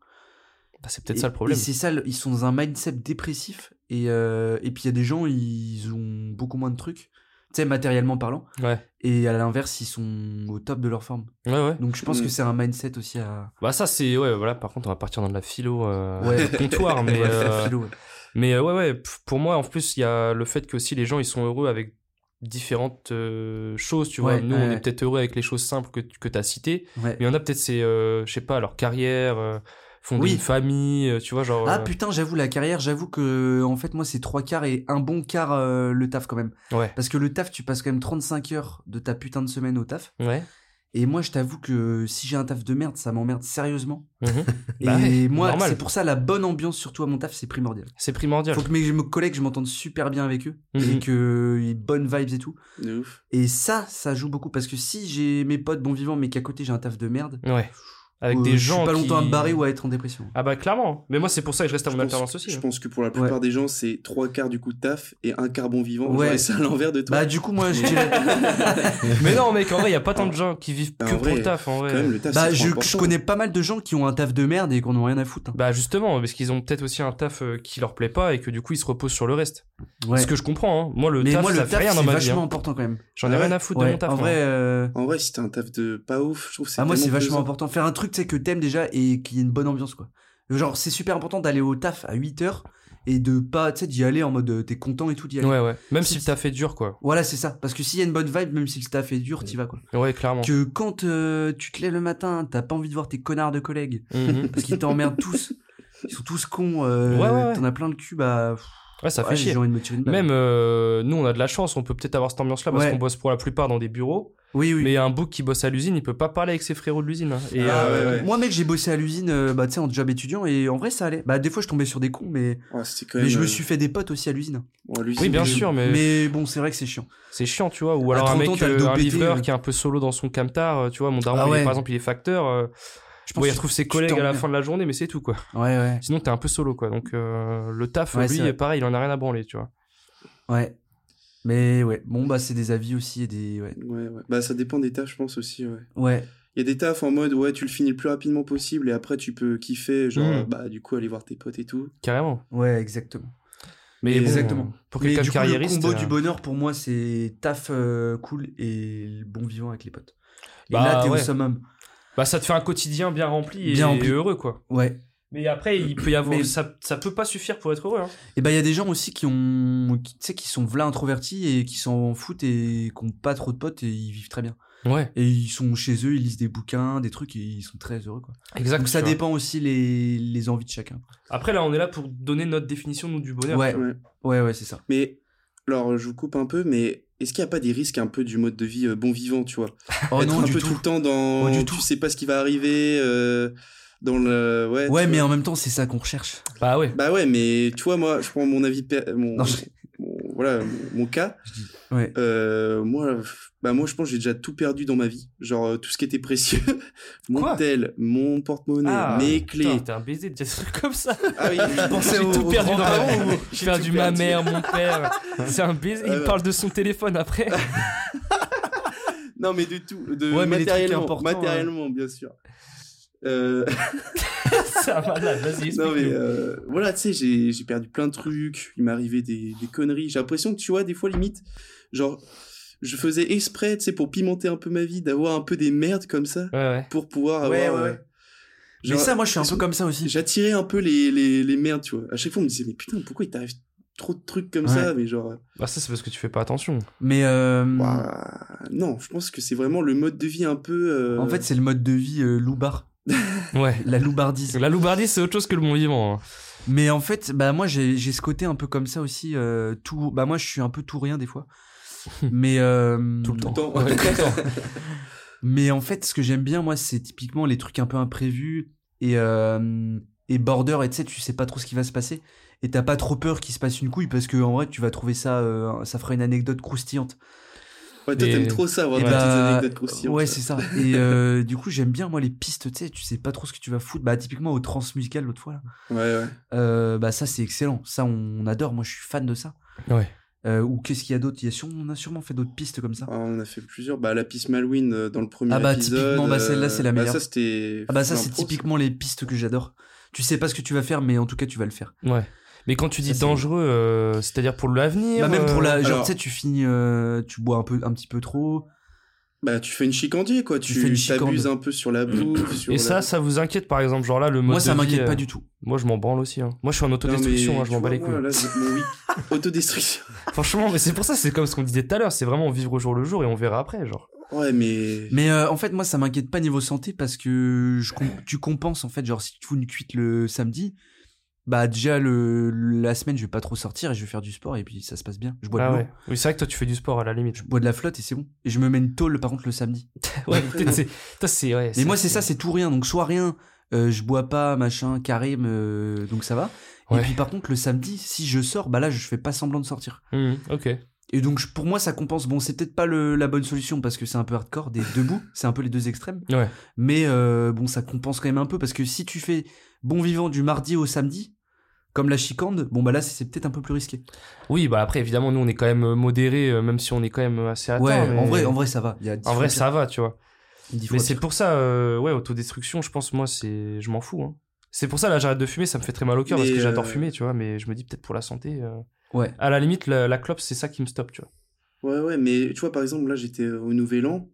Bah, c'est peut-être Et- ça le problème. Et c'est ça, le- ils sont dans un mindset dépressif. Et, euh, et puis il y a des gens, ils ont beaucoup moins de trucs, tu sais, matériellement parlant. Ouais. Et à l'inverse, ils sont au top de leur forme. Ouais, ouais. Donc je pense Mm. que c'est un mindset aussi à. Bah, ça, c'est. Ouais, voilà. Par contre, on va partir dans de la philo. euh, Ouais. de comptoir, mais. Ouais, euh, philo, ouais. Mais euh, ouais, ouais, p- pour moi, en plus, il y a le fait que aussi les gens, ils sont heureux avec différentes euh, choses, tu vois. Ouais, Nous, ouais, on est ouais. peut-être heureux avec les choses simples que, tu- que tu as citées, Ouais. mais il y en a peut-être, c'est, euh, je sais pas, leur carrière, euh, fonder Oui. une famille, euh, tu vois, genre. Ah euh, putain, j'avoue, la carrière, j'avoue que en fait, moi, c'est trois quarts et un bon quart euh, le taf quand même. Ouais. Parce que le taf, tu passes quand même 35 heures de ta putain de semaine au taf. Ouais. Et moi, je t'avoue que si j'ai un taf de merde, ça m'emmerde sérieusement. Et Mhm. Bah ouais, moi, normal. c'est pour ça la bonne ambiance, surtout à mon taf, c'est primordial. C'est primordial. Faut que mes, mes collègues, je m'entende super bien avec eux Mhm. et que et bonnes vibes et tout. De ouf. Et ça, ça joue beaucoup parce que si j'ai mes potes bon vivants, mais qu'à côté j'ai un taf de merde, Ouais. Avec euh, des gens. je suis pas qui- longtemps à me barrer ou à être en dépression. Ah bah clairement. Mais moi, c'est pour ça que je reste à Je mon pense- alternance aussi. Je hein. pense que pour la plupart des gens, c'est trois quarts du coup de taf et un quart bon vivant. Ouais. Ouais. C'est à l'envers de toi. Bah du coup, moi, je dirais. Mais non, mec, en vrai, il y a pas tant de gens qui vivent En que pour vrai, le taf, en vrai. quand même, le taf, Bah, c'est je, trop je important. connais pas mal de gens qui ont un taf de merde et qu'on n'ont rien à foutre. hein. Bah justement, parce qu'ils ont peut-être aussi un taf euh, qui leur plaît pas et que du coup ils se reposent sur le reste. Ouais. Ce que je comprends, hein. moi le mais taf moi, ça le fait taf, rien dans c'est ma vie. hein. vachement important quand même. J'en ai Ah ouais rien à foutre de Ouais, mon taf. hein. en moi. vrai, euh, En vrai, si t'as un taf de pas ouf, je trouve que c'est ah, moi, c'est tellement vachement pesant. important. Faire un truc, tu sais, que t'aimes déjà et qu'il y ait une bonne ambiance, quoi. Genre, c'est super important d'aller au taf à 8 heures et de pas, tu sais, d'y aller en mode euh, t'es content et tout, d'y aller. Ouais, ouais. Même Si- si le taf est dur, quoi. Voilà, c'est ça. Parce que s'il y a une bonne vibe, même si le taf est dur, t'y vas, quoi. Ouais, clairement. Que quand euh, tu te lèves le matin, t'as pas envie de voir tes connards de collègues Mhm. parce qu'ils t'emmerdent tous. Ils sont tous cons. euh, Ouais, ouais, ouais. T'en as plein le cul, bah. pff, Ouais, ça fait ouais, chier. J'ai envie de me tirer une balle. Même euh, nous, on a de la chance, on peut peut-être avoir cette ambiance-là parce Ouais. qu'on bosse pour la plupart dans des bureaux. Oui, oui. Mais un bouc qui bosse à l'usine, il peut pas parler avec ses frérots de l'usine. hein. Et Ah, euh, ouais, ouais. Moi, mec, j'ai bossé à l'usine, euh, bah, tu sais, en job étudiant, et en vrai, ça allait. Bah, des fois, je tombais sur des cons, mais, Ouais, c'était quand mais même, je me euh, suis fait des potes aussi à l'usine. bon, l'usine, oui, bien je- sûr, mais, Mais bon, c'est vrai que c'est chiant. c'est chiant, tu vois. Ou À alors un 30 mec, ans, t'as le euh, dos un pété, livreur euh. qui est un peu solo dans son camtar, euh, tu vois. Mon daron, Ah il est- ouais. par exemple, il est facteur. euh, Je bon, il retrouve ses tu collègues à la t'emmerdes. fin de la journée, mais c'est tout, quoi. Ouais, ouais, Sinon, t'es un peu solo, quoi. Donc, euh, le taf, Ouais, c'est lui, vrai. pareil, il en a rien à branler, tu vois. ouais. Mais ouais, bon, bah, c'est des avis aussi et des. Ouais. Ouais, ouais. Bah, ça dépend des tafs, je pense aussi. Ouais. ouais. Il y a des tafs en mode, ouais, tu le finis le plus rapidement possible et après, tu peux kiffer, genre, Hmm. Mm. bah, du coup, aller voir tes potes et tout. Carrément. Ouais, exactement. Mais bon, Exactement. Pour Mais quelqu'un de du coup, le carriériste. combo euh, du bonheur pour moi, c'est taf euh, cool et le bon vivant avec les potes. Et Bah, là, t'es au ouais. summum. Bah, ça te fait un quotidien bien rempli et, Bien rempli. et heureux, quoi. Ouais. Mais après, il peut y avoir. Mais- Ça, ça peut pas suffire pour être heureux. hein. Et bah, il y a des gens aussi qui ont, qui, tu sais, qui sont v'là introvertis et qui s'en foutent et qui ont pas trop de potes et ils vivent très bien. Ouais, Et ils sont chez eux, ils lisent des bouquins, des trucs et ils sont très heureux, quoi. exact. Donc, ça tu vois. dépend aussi les, les envies de chacun. Après, là, on est là pour donner notre définition, nous, du bonheur. Ouais. Ouais. Ouais, ouais, c'est ça. Mais alors, je vous coupe un peu, mais est-ce qu'il n'y a pas des risques un peu du mode de vie euh, bon vivant, tu vois Oh Être non, un du peu tout. tout le temps dans. Oh, du tu tout. sais pas ce qui va arriver. euh, dans le. Ouais, Ouais, tu mais vois. en même temps, c'est ça qu'on recherche. Bah ouais. Bah ouais, mais tu vois, moi, je prends mon avis. per- Mon, Non, je- mon- voilà, mon, mon cas. Ouais. Euh, moi, pff, bah moi, je pense que j'ai déjà tout perdu dans ma vie. Genre, euh, tout ce qui était précieux. mon Quoi tel, mon porte-monnaie, Ah, mes Putain, clés. t'es un baiser de dire des trucs comme ça. Ah oui, pensais J'ai au- tout au perdu dans ma grand-parent vie. ou- J'ai J'ai perdu tout ma perdu. mère, mon père. C'est un baiser. Ah Il ouais. parle de son téléphone après. Non, mais de tout. De Ouais, mais les trucs matériellement, importants, hein. matériellement, bien sûr. Euh, Ça va, là, vas-y. non, mais explique-nous. euh, voilà, tu sais, j'ai- j'ai perdu plein de trucs. Il m'est arrivé des, des conneries. J'ai l'impression que, tu vois, des fois, limite, genre, je faisais exprès, tu sais, pour pimenter un peu ma vie, d'avoir un peu des merdes comme ça, Ouais, ouais. pour pouvoir Ouais, avoir. ouais, euh, ouais. Mais genre, ça, moi, je suis un peu comme ça aussi. J'attirais un peu les, les, les merdes, tu vois. À chaque fois, on me disait, mais putain, pourquoi il t'arrive trop de trucs comme Ouais. ça Mais genre, euh, Bah, ça, c'est parce que tu fais pas attention. Mais euh, bah, non, je pense que c'est vraiment le mode de vie un peu. euh, en fait, c'est le mode de vie euh, loubard. Ouais. La loubardise. La loubardise, c'est autre chose que le bon vivant. hein. Mais en fait, bah moi j'ai j'ai ce côté un peu comme ça aussi. euh, tout, bah moi je suis un peu tout rien des fois. Mais euh, Tout le temps. temps. Ouais, tout le temps. Mais en fait, ce que j'aime bien moi, c'est typiquement les trucs un peu imprévus et euh, et border. Et tu sais, tu sais pas trop ce qui va se passer. Et t'as pas trop peur qu'il se passe une couille parce que en vrai, tu vas trouver ça, euh, ça fera une anecdote croustillante. Ouais, toi, Et- t'aimes trop ça, avoir Et des bah, petites anecdotes croustillantes. ouais, c'est ça. Et euh, du coup, j'aime bien moi les pistes. Tu sais, tu sais pas trop ce que tu vas foutre. Bah typiquement au transmusical l'autre fois. là. Ouais, ouais. Euh, bah ça c'est excellent, ça on adore, moi je suis fan de ça. Ouais. Euh, ou qu'est-ce qu'il y a d'autre Il y a sûrement- On a sûrement fait d'autres pistes comme ça. Ah, on en a fait plusieurs. Bah, la piste Malouine euh, dans le premier Ah bah, épisode. typiquement, bah, celle-là, c'est la euh, meilleure. Bah, ça, c'était. Ah bah ça Fou c'est Impro, typiquement les pistes que j'adore. Tu sais pas ce que tu vas faire, mais en tout cas tu vas le faire. Ouais. Mais quand tu dis Ça, c'est- dangereux, euh, c'est-à-dire pour l'avenir. Bah, même pour euh, la, genre alors- tu sais tu finis, euh, tu bois un peu, un petit peu trop. Bah, tu fais une chicandier, quoi. Tu Tu fais une Mm. t'abuses un peu sur la bouffe. sur euh, Et la- ça, ça vous inquiète par exemple, genre là, le mode Moi ça de vie, m'inquiète euh, pas du tout. Moi, je m'en branle aussi. hein. Moi, je suis en Non, mais autodestruction, hein, je tu m'en bats vois, les moi, couilles. là, c'est mon week- Autodestruction. Franchement, mais c'est pour ça, c'est comme ce qu'on disait tout à l'heure. C'est vraiment vivre au jour le jour et on verra après, genre. Ouais, mais. Mais euh, en fait moi ça m'inquiète pas niveau santé parce que je com- tu compenses en fait genre si tu te fous une cuite le samedi, bah déjà le la semaine je vais pas trop sortir et je vais faire du sport et puis ça se passe bien. Je bois Ah de l'eau, ouais. Oui, c'est vrai que toi, tu fais du sport à la limite. je bois de la flotte et c'est bon. Et je me mets une tôle par contre le samedi. Ouais, peut-être c'est. Toi, Bah, c'est. Ouais, Mais moi, c'est ça, c'est tout rien. Donc, soit rien, euh, je bois pas, machin, carré, me- donc ça va. Et Ouais. puis, par contre, le samedi, si je sors, bah là, je fais pas semblant de sortir. Mhm, ok. Et donc, je- pour moi, ça compense. Bon, c'est peut-être pas le- la bonne solution parce que c'est un peu hardcore, des deux bouts, c'est un peu les deux extrêmes. Ouais. Mais euh, bon, ça compense quand même un peu parce que si tu fais bon vivant du mardi au samedi, comme la chicane, bon, bah là, c'est peut-être un peu plus risqué. Oui, bah après, évidemment, nous, on est quand même modéré, même si on est quand même euh, assez atteint. ouais, mais- en, vrai, en vrai, ça va. Il y a dix En fois vrai, pire. ça va, tu vois. Dix fois Mais c'est pire. pour ça, euh, ouais, autodestruction, je pense, moi, c'est. Je m'en fous, hein. C'est pour ça, là, j'arrête de fumer, ça me fait très mal au cœur parce Mais, que j'adore euh, fumer, tu vois, mais je me dis peut-être pour la santé. euh, Ouais. À la limite, la, la clope, c'est ça qui me stoppe, tu vois. Ouais, ouais, mais tu vois, par exemple, là, j'étais euh, au Nouvel An.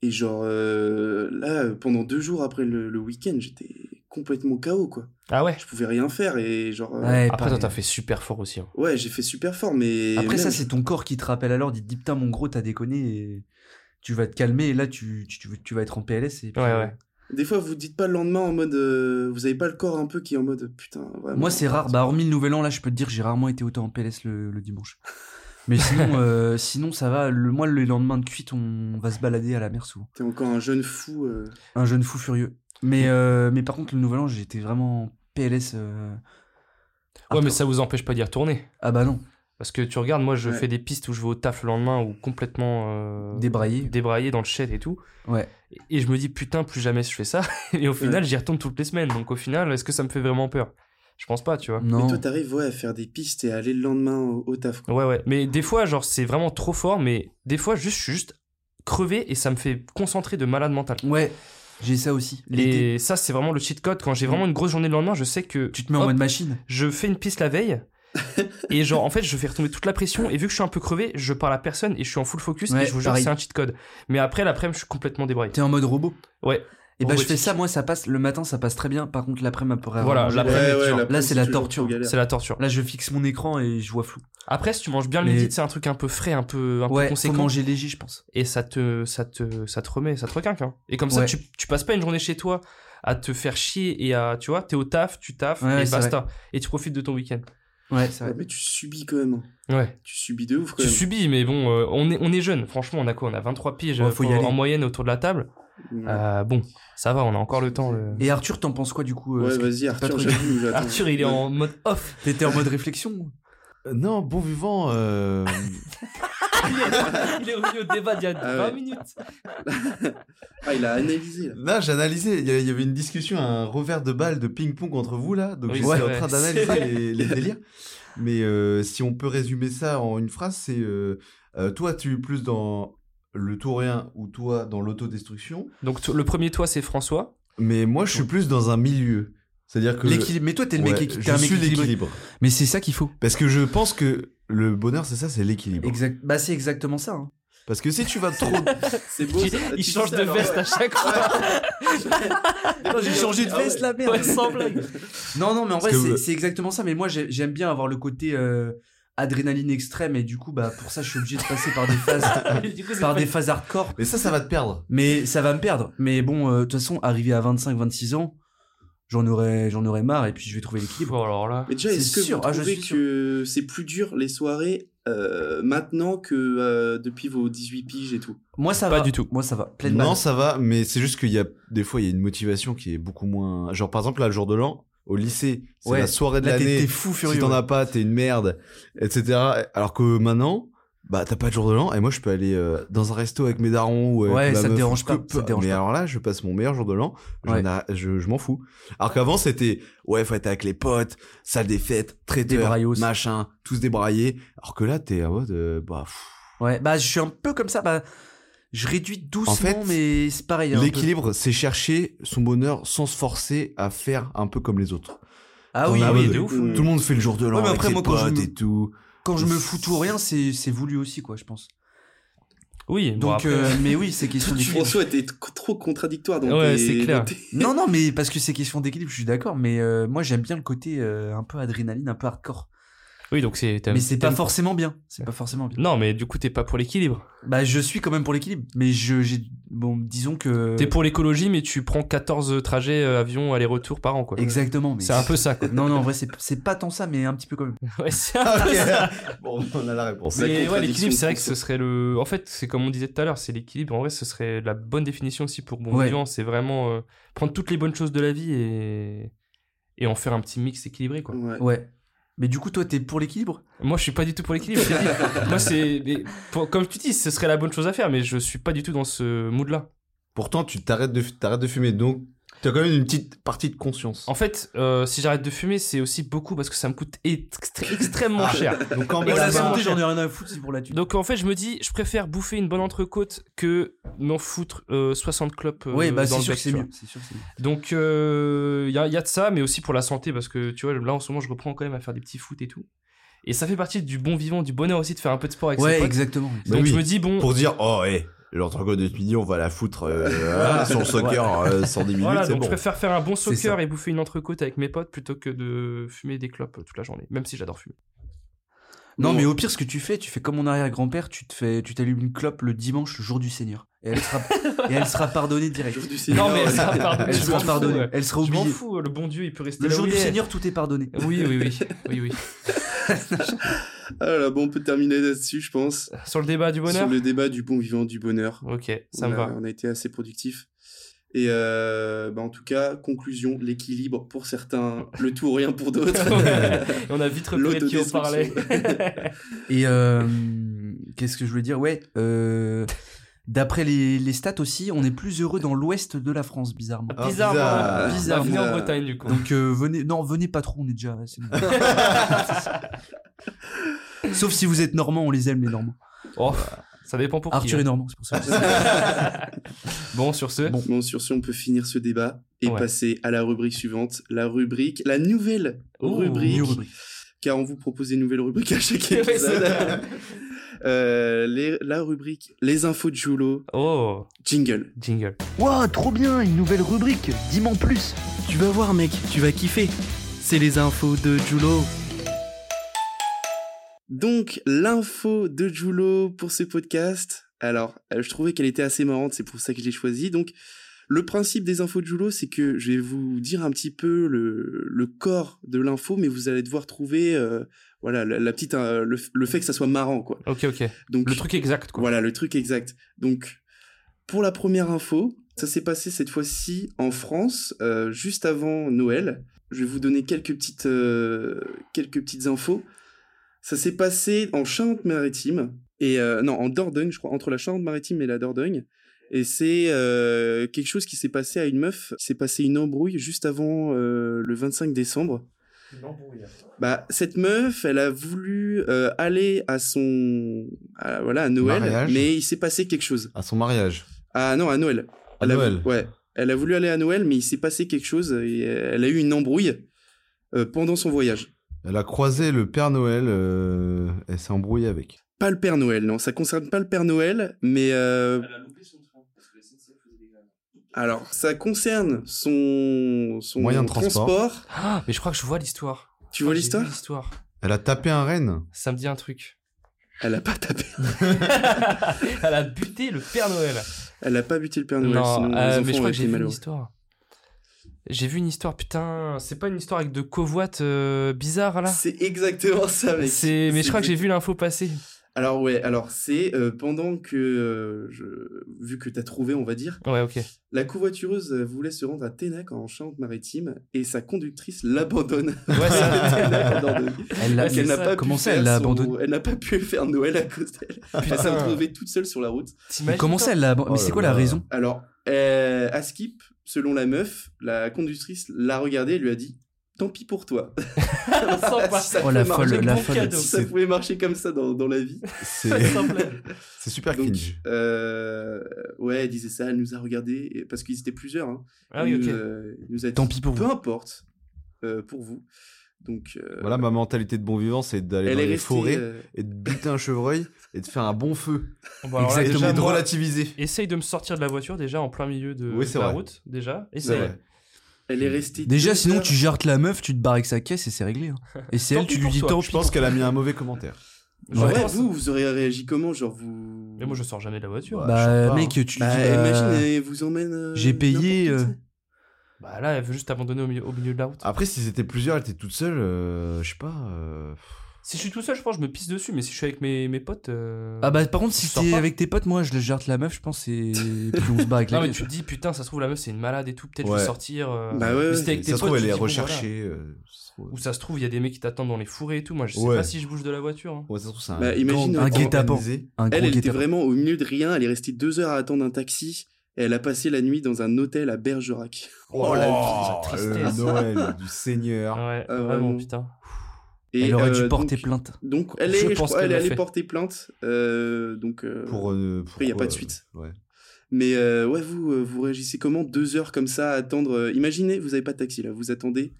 Et genre, euh, là, euh, pendant deux jours après le, le week-end, j'étais complètement KO, quoi. Ah ouais Je pouvais rien faire. Et genre. euh, Ouais, Après, toi, pareil. t'as fait super fort aussi. hein. Ouais, j'ai fait super fort, mais. Après ça, même- c'est ton corps qui te rappelle alors, dit putain mon gros, t'as déconné, et tu vas te calmer et là tu, tu, tu- tu vas être en PLS. Et puis, Ouais, euh, ouais. Des fois, vous dites pas le lendemain en mode. euh, vous avez pas le corps un peu qui est en mode. Putain, vraiment. Moi c'est rare, bah hormis le nouvel an là, je peux te dire j'ai rarement été autant en PLS le, le dimanche. Mais sinon, euh, sinon ça va. Le moi le lendemain de cuite, on va se balader à la mer souvent. T'es encore un jeune fou. euh. Un jeune fou furieux. Mais euh, mais par contre le nouvel an j'étais vraiment en PLS. euh, Ouais, mais hardcore. ça vous empêche pas d'y retourner. ah bah non, Parce que tu regardes, moi, je Ouais. fais des pistes où je vais au taf le lendemain ou complètement. euh, Débraillé. Débraillé dans le shed et tout. ouais. Et je me dis, putain, plus jamais je fais ça. Et au final, Ouais. j'y retourne toutes les semaines. Donc au final, est-ce que ça me fait vraiment peur Je pense pas, tu vois. Mais Non. toi, t'arrives ouais, à faire des pistes et à aller le lendemain au, au taf. Quoi. Ouais, ouais. Mais des fois, genre, c'est vraiment trop fort, mais des fois, juste, je suis juste crevé et ça me fait concentrer de malade mental. Ouais, j'ai ça aussi. L'été, Et ça, c'est vraiment le cheat code. Quand j'ai vraiment une grosse journée le lendemain, je sais que tu te mets en hop, mode machine. je fais une piste la veille et genre, en fait, je fais retomber toute la pression. Et vu que je suis un peu crevé, je parle à personne et je suis en full focus. Ouais, et je vous jure, pareil. c'est un cheat code. Mais après, l'après-midi, je suis complètement débraillé. T'es en mode robot. Ouais. Et bah je fais Robotique. ça, moi ça passe, le matin ça passe très bien, par contre l'après-midi après Voilà, avoir mangé- l'après- Ouais, mais ouais, genre, la là, preuve, c'est si la tu veux, torture. on galère. C'est la torture. Là je fixe mon écran et je vois flou. Après, si tu manges bien le Mais- midi, c'est un truc un peu frais, un peu, un peu ouais, faut conséquent. manger léger je pense. Et ça te, ça te, ça te remet, ça te requinque. hein. Et comme ça, Ouais. tu, tu passes pas une journée chez toi à te faire chier et à, tu vois, t'es au taf, tu taffes Ouais, et c'est basta. Et tu profites de ton week-end. Ouais, c'est Ouais, vrai. mais tu subis quand même. hein. Ouais. Tu subis de ouf quand Tu même. subis, mais bon, euh, on est, on est jeune. Franchement, on a quoi On a 23 piges Ouais, euh, faut y pour- aller. en moyenne autour de la table. Ouais. Ah, Euh, bon, ça va, on a encore le temps. le- Et Arthur, t'en penses quoi du coup euh, Ouais, parce que vas-y, pas Arthur, trop- j'avoue. j'attends. Arthur, il est en mode off. T'étais en mode réflexion Euh, Non, bon vivant. euh, Il est revenu au débat d'il y a Ah 20 ouais. minutes. Ah, il a analysé, là. Non, j'ai analysé. Il y a- il y avait une discussion, un revers de balle de ping-pong entre vous là. Donc Oui, j'étais c'est en vrai. train d'analyser les, les délires. Mais euh, si on peut résumer ça en une phrase, c'est euh, euh, toi, tu es plus dans le tout rien ou toi dans l'autodestruction. Donc, t- le premier toit, c'est François. Mais moi, je suis plus dans un milieu. C'est-à-dire que. L'équilibre. Mais toi t'es le mec Ouais, équi- t'es je un mec suis équilibré. l'équilibre. Mais c'est ça qu'il faut. Parce que je pense que le bonheur, c'est ça, c'est l'équilibre. Exact. Bah c'est exactement ça. hein. Parce que si tu vas trop. C'est beau. Il, ça. il Tu change dis de ça, alors, veste à chaque fois. J'ai changé de Ah ouais. veste la merde. Ouais, sans blague. Non non mais en vrai Parce c'est que- c'est exactement ça. Mais moi j'ai- j'aime bien avoir le côté euh, adrénaline extrême et du coup bah pour ça je suis obligé de passer par des phases Du coup, c'est par pas- des phases hardcore Mais ça, ça va te perdre. Mais ça va me perdre. Mais bon, euh, de toute façon, arrivé à 25-26 ans, j'en aurais, j'en aurais marre et puis je vais trouver l'équilibre. Oh, alors là. Mais déjà, C'est est-ce que sûr. vous Ah, je trouvez suis sûr. que c'est plus dur les soirées euh, maintenant que euh, depuis vos 18 piges et tout Moi, ça Pas va. du tout. Moi, ça va. Pleine Non, balle. ça va, mais c'est juste qu'il y a des fois, il y a une motivation qui est beaucoup moins. Genre, par exemple, là, le jour de l'an, au lycée, c'est Ouais. la soirée de Là, t'es, l'année. t'es fou furieux. Si t'en ouais. as pas, t'es une merde, etc. Alors que maintenant, bah, t'as pas de jour de l'an, et moi, je peux aller euh, dans un resto avec mes darons. Ou avec Ouais, ma ça te meuf, dérange ou pas, que- ça te dérange mais pas. alors là, je passe mon meilleur jour de l'an, j'en Ouais. ai- je, je m'en fous. Alors qu'avant, c'était, ouais, faut être avec les potes, salle des fêtes, Des traiteur, braillos. machin, tous débraillés. Alors que là, t'es en mode, euh, bah, pff, Ouais, bah, je suis un peu comme ça. Bah, je réduis doucement, En fait, mais c'est pareil. un peu. L'équilibre, c'est chercher son bonheur sans se forcer à faire un peu comme les autres. Ah On oui, a- oui. de de ouf. ouf. Ouais. Tout le monde fait le jour de l'an Ouais, mais avec après, ses moi, quand je potes me- et tout. Quand je me fous tout ou rien, c'est, c'est voulu aussi, quoi, je pense. Oui, bon, Donc, après- euh, mais oui, c'est question d'équilibre. François, t'es t- trop contradictoire dans Ouais, tes- c'est clair. dans tes- Non, non, mais parce que c'est question d'équilibre, je suis d'accord. Mais euh, moi, j'aime bien le côté euh, un peu adrénaline, un peu hardcore. Oui, donc c'est. t'aimes- Mais c'est pas t'aimes- forcément bien. C'est pas forcément bien. Non, mais du coup, t'es pas pour l'équilibre. Bah, je suis quand même pour l'équilibre, mais je, j'ai, bon, disons que. T'es pour l'écologie, mais tu prends 14 trajets euh, avion aller-retour par an, quoi. Exactement, mais. C'est un peu ça, quoi. Non, non, en vrai, c'est, c'est pas tant ça, mais un petit peu quand même. Ouais, c'est un Ah, peu ok. ça. bon, on a la réponse. La Mais ouais, contradiction l'équilibre, c'est vrai que fonctionne. ce serait le. En fait, c'est comme on disait tout à l'heure, c'est l'équilibre. En vrai, ce serait la bonne définition aussi pour bon Ouais. vivant. C'est vraiment euh, prendre toutes les bonnes choses de la vie et et en faire un petit mix équilibré quoi. Ouais. Ouais. Mais du coup, toi, t'es pour l'équilibre Moi je suis pas du tout pour l'équilibre. je t'ai dit. Moi c'est mais pour- comme tu dis ce serait la bonne chose à faire mais je suis pas du tout dans ce mood là. Pourtant, tu t'arrêtes de, t'arrêtes de fumer, donc t'as quand même une petite partie de conscience. En fait euh, si j'arrête de fumer c'est aussi beaucoup parce que ça me coûte ext- extrêmement Ah. cher. Donc quand Et même, la ça va. santé, j'en ai rien à foutre, c'est pour la tuer. Donc en fait je me dis je préfère bouffer une bonne entrecôte que m'en foutre euh, 60 clopes. euh, ouais, bah, c'est dans le sûr, bec, que c'est tu vois. mieux. c'est sûr que c'est mieux. Donc il y, a, y a de ça, mais aussi pour la santé, parce que tu vois, là en ce moment, je reprends quand même à faire des petits foot et tout. Et ça fait partie du bon vivant, du bonheur aussi de faire un peu de sport avec ses Ouais, potes. exactement. Donc Bah oui. je me dis, bon, Pour dire, oh, hé, l'entrecôte de ce midi, on va la foutre euh, voilà, sur le soccer, euh, 110 minutes, voilà, c'est donc bon. je préfère faire un bon C'est soccer ça. et bouffer une entrecôte avec mes potes plutôt que de fumer des clopes toute la journée, même si j'adore fumer. Non, mais au pire, ce que tu fais, tu fais comme mon arrière-grand-père, tu te fais, tu t'allumes une clope le dimanche, le jour du Seigneur. Et elle sera, et elle sera pardonnée direct. Jour du Non, Seigneur, mais ouais. elle sera pardonnée. Elle je sera m'en fous, pardonnée. ouais. Elle sera Je m'en oubliée. fous, euh, le bon Dieu, il peut rester Le là jour où du il est. Seigneur, tout est pardonné. Oui, oui, oui, oui, oui. Ah là, bon, on peut terminer là-dessus, je pense. Sur le débat du bonheur Sur le débat du bon vivant, du bonheur. Ok, ça on, me a, va. on a été assez productif. Et euh, bah, en tout cas, conclusion, l'équilibre pour certains, le tout ou rien pour d'autres. Ouais. on a vite repéré de qui on L'autodestruction. parlait. Et euh, qu'est-ce que je voulais dire Ouais, euh, d'après les, les stats aussi, on est plus heureux dans l'ouest de la France, bizarrement. Ah, Bizarre, bizarre. Bizarre. Venez en Bretagne, du coup. Donc euh, venez, non, venez pas trop, on est déjà. c'est bon. Sauf si vous êtes normand, on les aime les normands. Oh, ça dépend pour qui. Arthur hein. est normand, c'est pour ça. Bon, sur ce, Bon. Bon, sur ce, on peut finir ce débat et Ouais. passer à la rubrique suivante, la rubrique, la nouvelle Oh, rubrique New rubrique. car on vous propose des nouvelles rubriques à chaque Ouais, épisode. c'est ça. Euh, les- la rubrique Les infos de Julo, Oh, jingle. jingle. Ouah, trop bien, une nouvelle rubrique, dis-m'en plus. Tu vas voir, mec, tu vas kiffer. C'est les infos de Julo. Donc, l'info de Julo pour ce podcast. Alors, euh, je trouvais qu'elle était assez marrante, c'est pour ça que je l'ai choisie. Donc, le principe des infos de Julo, c'est que je vais vous dire un petit peu le, le corps de l'info, mais vous allez devoir trouver euh, voilà, la, la petite, euh, le, le fait que ça soit marrant. Quoi. Ok, ok. Donc, Le truc exact, quoi. Voilà, le truc exact. Donc, pour la première info, ça s'est passé cette fois-ci en France, euh, juste avant Noël. Je vais vous donner quelques petites, euh, quelques petites infos. Ça s'est passé en Charente-Maritime, et euh, non, en Dordogne, je crois, entre la Charente-Maritime et la Dordogne. Et c'est euh, quelque chose qui s'est passé à une meuf, qui s'est passé une embrouille juste avant euh, le 25 décembre. Bah, cette meuf, elle a voulu euh, aller à son, à- voilà, à Noël, Mariage. mais il s'est passé quelque chose. À son mariage. Ah non, à Noël. À Elle a Noël. vou- ouais. Elle a voulu aller à Noël, mais il s'est passé quelque chose. Et elle a eu une embrouille euh, pendant son voyage. Elle a croisé le Père Noël. euh, Elle s'est embrouillée avec. Pas le Père Noël, non. Ça concerne pas le Père Noël, mais euh, Elle a loupé son train parce que la SNCF faisait des grèves. alors ça concerne son son Moyen de transport. Ah, mais je crois que je vois l'histoire. Tu vois J'ai vu l'histoire L'histoire. Elle a tapé un renne. Ça me dit un truc. Elle a pas tapé. Elle a buté le Père Noël. Elle a pas buté le Père Noël. Non, sinon euh, Ah les mais je enfants crois auraient que j'ai été vu une malheureux. histoire. J'ai vu une histoire, putain. C'est pas une histoire avec de covoites euh, bizarres là C'est exactement ça, mec. C'est. Mais je C'est crois que j'ai vu l'info passer. Alors ouais, alors c'est euh, pendant que euh, je... vu que t'as trouvé, on va dire. Ouais, ok. La covoitureuse euh, voulait se rendre à Ténac en Charente-Maritime et sa conductrice l'abandonne. Ouais, ça- Ténac en Dordogne. Elle l'a Parce qu'elle n'a pas Comment pu Ah, ça, faire elle l'a son- abandonné Elle n'a pas pu faire Noël à cause d'elle. Elle s'est retrouvée toute seule sur la route. Mais T'imagines comment pas ça, elle l'a abandonné Oh Mais c'est là quoi la là. raison Alors, euh, à Skip, selon la meuf, la conductrice l'a regardée et lui a dit Tant pis pour toi. Sympa. Si ça Oh, la pouvait marcher folle, la comme- folle. cadeau. si ça pouvait marcher comme ça dans, dans la vie. C'est Simple. c'est super Donc, cringe. euh, ouais, elle disait ça, elle nous a regardés, et- parce qu'ils étaient plusieurs. hein. Ah oui, Elle nous, ok. euh, elle nous a dit, Tant pis pour peu vous. importe euh, pour vous. Donc, euh, Voilà, ma mentalité de bon vivant, c'est d'aller elle dans est les restée. forêts euh, et de buter un chevreuil et de faire un bon feu. Bon, alors là, Exactement. déjà, et de moi, relativiser. Essaye de me sortir de la voiture déjà en plein milieu de, Oui, c'est de la vrai. route. Déjà, C'est essaye. vrai. elle est restée. Déjà, deux sinon, heures- tu jartes la meuf, tu te barres avec sa caisse et c'est réglé. hein. Et c'est Tant elle, tu pis lui pour dis toi. tant Je pense qu'elle a mis un mauvais commentaire. Genre, Ouais, attends, vous, vous auriez réagi comment Genre, vous. Mais moi, je sors jamais de la voiture. Ouais. je sais Bah, pas, mec, hein. tu lui dis. Bah, bah, imagine, elle vous emmène. euh, j'ai payé, n'importe où, euh, tu Bah là, elle veut juste abandonner au milieu, au milieu de la route. Après, si c'était plusieurs, elle était toute seule, euh, je sais pas. euh, Si je suis tout seul, je pense que je me pisse dessus, mais si je suis avec mes, mes potes. euh, Ah bah par contre si je sors t'es pas. avec tes potes moi je le jarte la meuf je pense et puis on se barre avec la Non, mais caisse. tu te dis, putain, ça se trouve, la meuf, c'est une malade et tout, peut-être je Ouais. vais sortir. euh, Bah ouais, mais ouais. c'était avec ça tes se trouve, potes, elle tu est te dis, bon, voilà. recherchée. euh, ça se trouve- Ou ça se trouve, il y a des mecs qui t'attendent dans les fourrés et tout. Moi, je sais Ouais. pas si je bouge de la voiture. hein. Ouais, ça se trouve, c'est un Bah, imagine, gang un guet-apens. organisé. Un sais. Elle, gros elle était guet-apens. vraiment au milieu de rien. Elle est restée deux heures à attendre un taxi. Et elle a passé la nuit dans un hôtel à Bergerac. Oh, la la vie, la le tristesse. Noël du Seigneur. Ouais, Euh, vraiment, vraiment. putain. Et, Elle aurait euh, dû porter donc, plainte. Donc, elle Je est, je pense crois, elle qu'elle est l'a allée fait. porter plainte. euh, donc, euh, Pour, euh, après, il n'y a pourquoi, pas de suite. euh, ouais. Mais euh, ouais, vous, euh, vous réagissez comment Deux heures comme ça à attendre. euh, imaginez, vous n'avez pas de taxi là, vous attendez,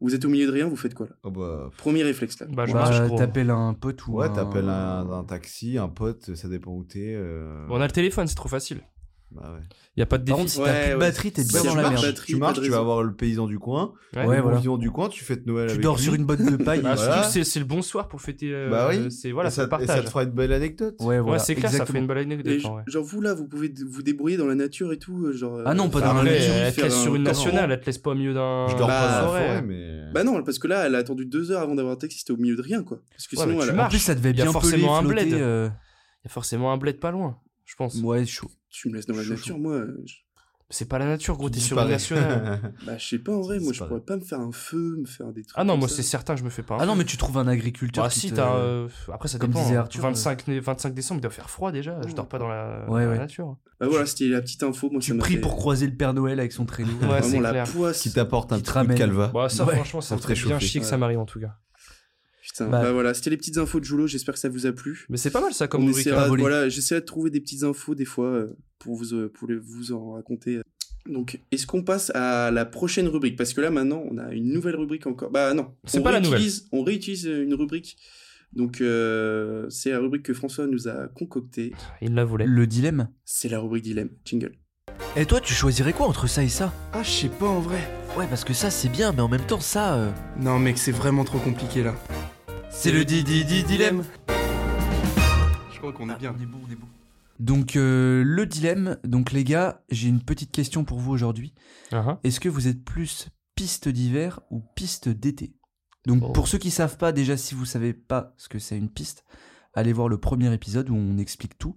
vous êtes au milieu de rien, vous faites quoi là Oh, bah, Premier réflexe là. Bah, je marche, Bah gros. t'appelles un pote ou Ouais, un- t'appelles un, un taxi, un pote, ça dépend où t'es. euh, On a le téléphone, c'est trop facile. bah ouais. Bah, Il y a pas de Par défi. contre si t'as Ouais, plus de ouais. batterie t'es Si bien tu dans la marches, merde. batterie, Tu pas marches, de tu raison. vas voir le paysan du coin. Ouais, Ouais le voilà. paysan du coin, tu fêtes Noël Tu avec dors lui, sur une botte de paille. Ah, Ah, je Voilà. trouve que c'est- c'est le bon soir pour fêter. euh, Bah oui. C'est voilà, et c'est ça, le et ça partage. te fera une belle anecdote. Ouais Ouais, voilà. c'est clair, ça fait exactement. une balade Et anecdote. je- en vrai. Genre vous là, vous pouvez d- vous débrouiller dans la nature et tout, euh, genre. Ah non, euh, pas faire dans la un Après, nature, régime, elle te faire laisse un- sur une Non. nationale, elle te laisse pas au milieu d'un. Je dors Bah, pas dans la forêt. forêt, mais. Bah non, parce que là, elle a attendu deux heures avant d'avoir un taxi, c'était au milieu de rien quoi. Parce que Ouais, sinon, mais elle tu a- En plus marches. ça devait Il y a bien forcément peler, un bled. flotter, euh, Il y a forcément un bled pas loin, je pense. Ouais chaud. tu me laisses dans la Chou- nature, moi. euh, je- C'est pas la nature, gros, Tu Bah, t'es sur une disparais. nationale. Bah je sais pas en vrai, moi C'est je pas pourrais pas me faire un feu, me faire des trucs. Ah non, comme moi ça. c'est certain, je me fais pas. un Ah non feu. mais tu trouves un agriculteur Hein Bah qui si, te- t'as. euh, Après, ça comme dépend. disait hein. Arthur, 25, né- 25 décembre, il doit faire froid déjà. Je dors pas dans la, Ouais, dans la ouais. nature. hein. Bah voilà, c'était la petite info. Moi, ça Tu m'a pries fait- pour croiser le Père Noël avec son traîneau. Ouais, c'est Vraiment la clair. poisse. Qui t'apporte un Qui te petit coup de ramène. calva. Bah, ça, Ouais. franchement, ça me Pour te fait bien réchauffer. chier que ça m'arrive en tout cas. Putain. Bah- Bah voilà, c'était les petites infos de Julo. J'espère que ça vous a plu. Mais c'est pas mal ça comme On rubrique. essaiera- à voler. voilà, j'essaie de trouver des petites infos des fois euh, pour vous, euh, pour les- vous en raconter. euh. Donc, est-ce qu'on passe à la prochaine rubrique Parce que là, maintenant, on a une nouvelle rubrique encore. Bah non, C'est on pas la réutilise- On réutilise euh, une rubrique. Donc, euh, c'est la rubrique que François nous a concoctée. Il la voulait. Le dilemme Eh, C'est la rubrique dilemme. Jingle. Et toi, tu choisirais quoi entre ça et ça Ah, je sais pas en vrai. Ouais, parce que ça, c'est bien, mais en même temps, ça. euh, Non, mec, c'est vraiment trop compliqué là. C'est le dilemme. Je crois Ah, qu'on est bien. Donc euh, le dilemme, donc les gars, j'ai une petite question pour vous aujourd'hui. Ah, Est-ce que vous êtes plus piste d'hiver ou piste d'été Donc Oh. pour ceux qui savent pas déjà si vous savez pas ce que c'est une piste, allez voir le premier épisode où on explique tout.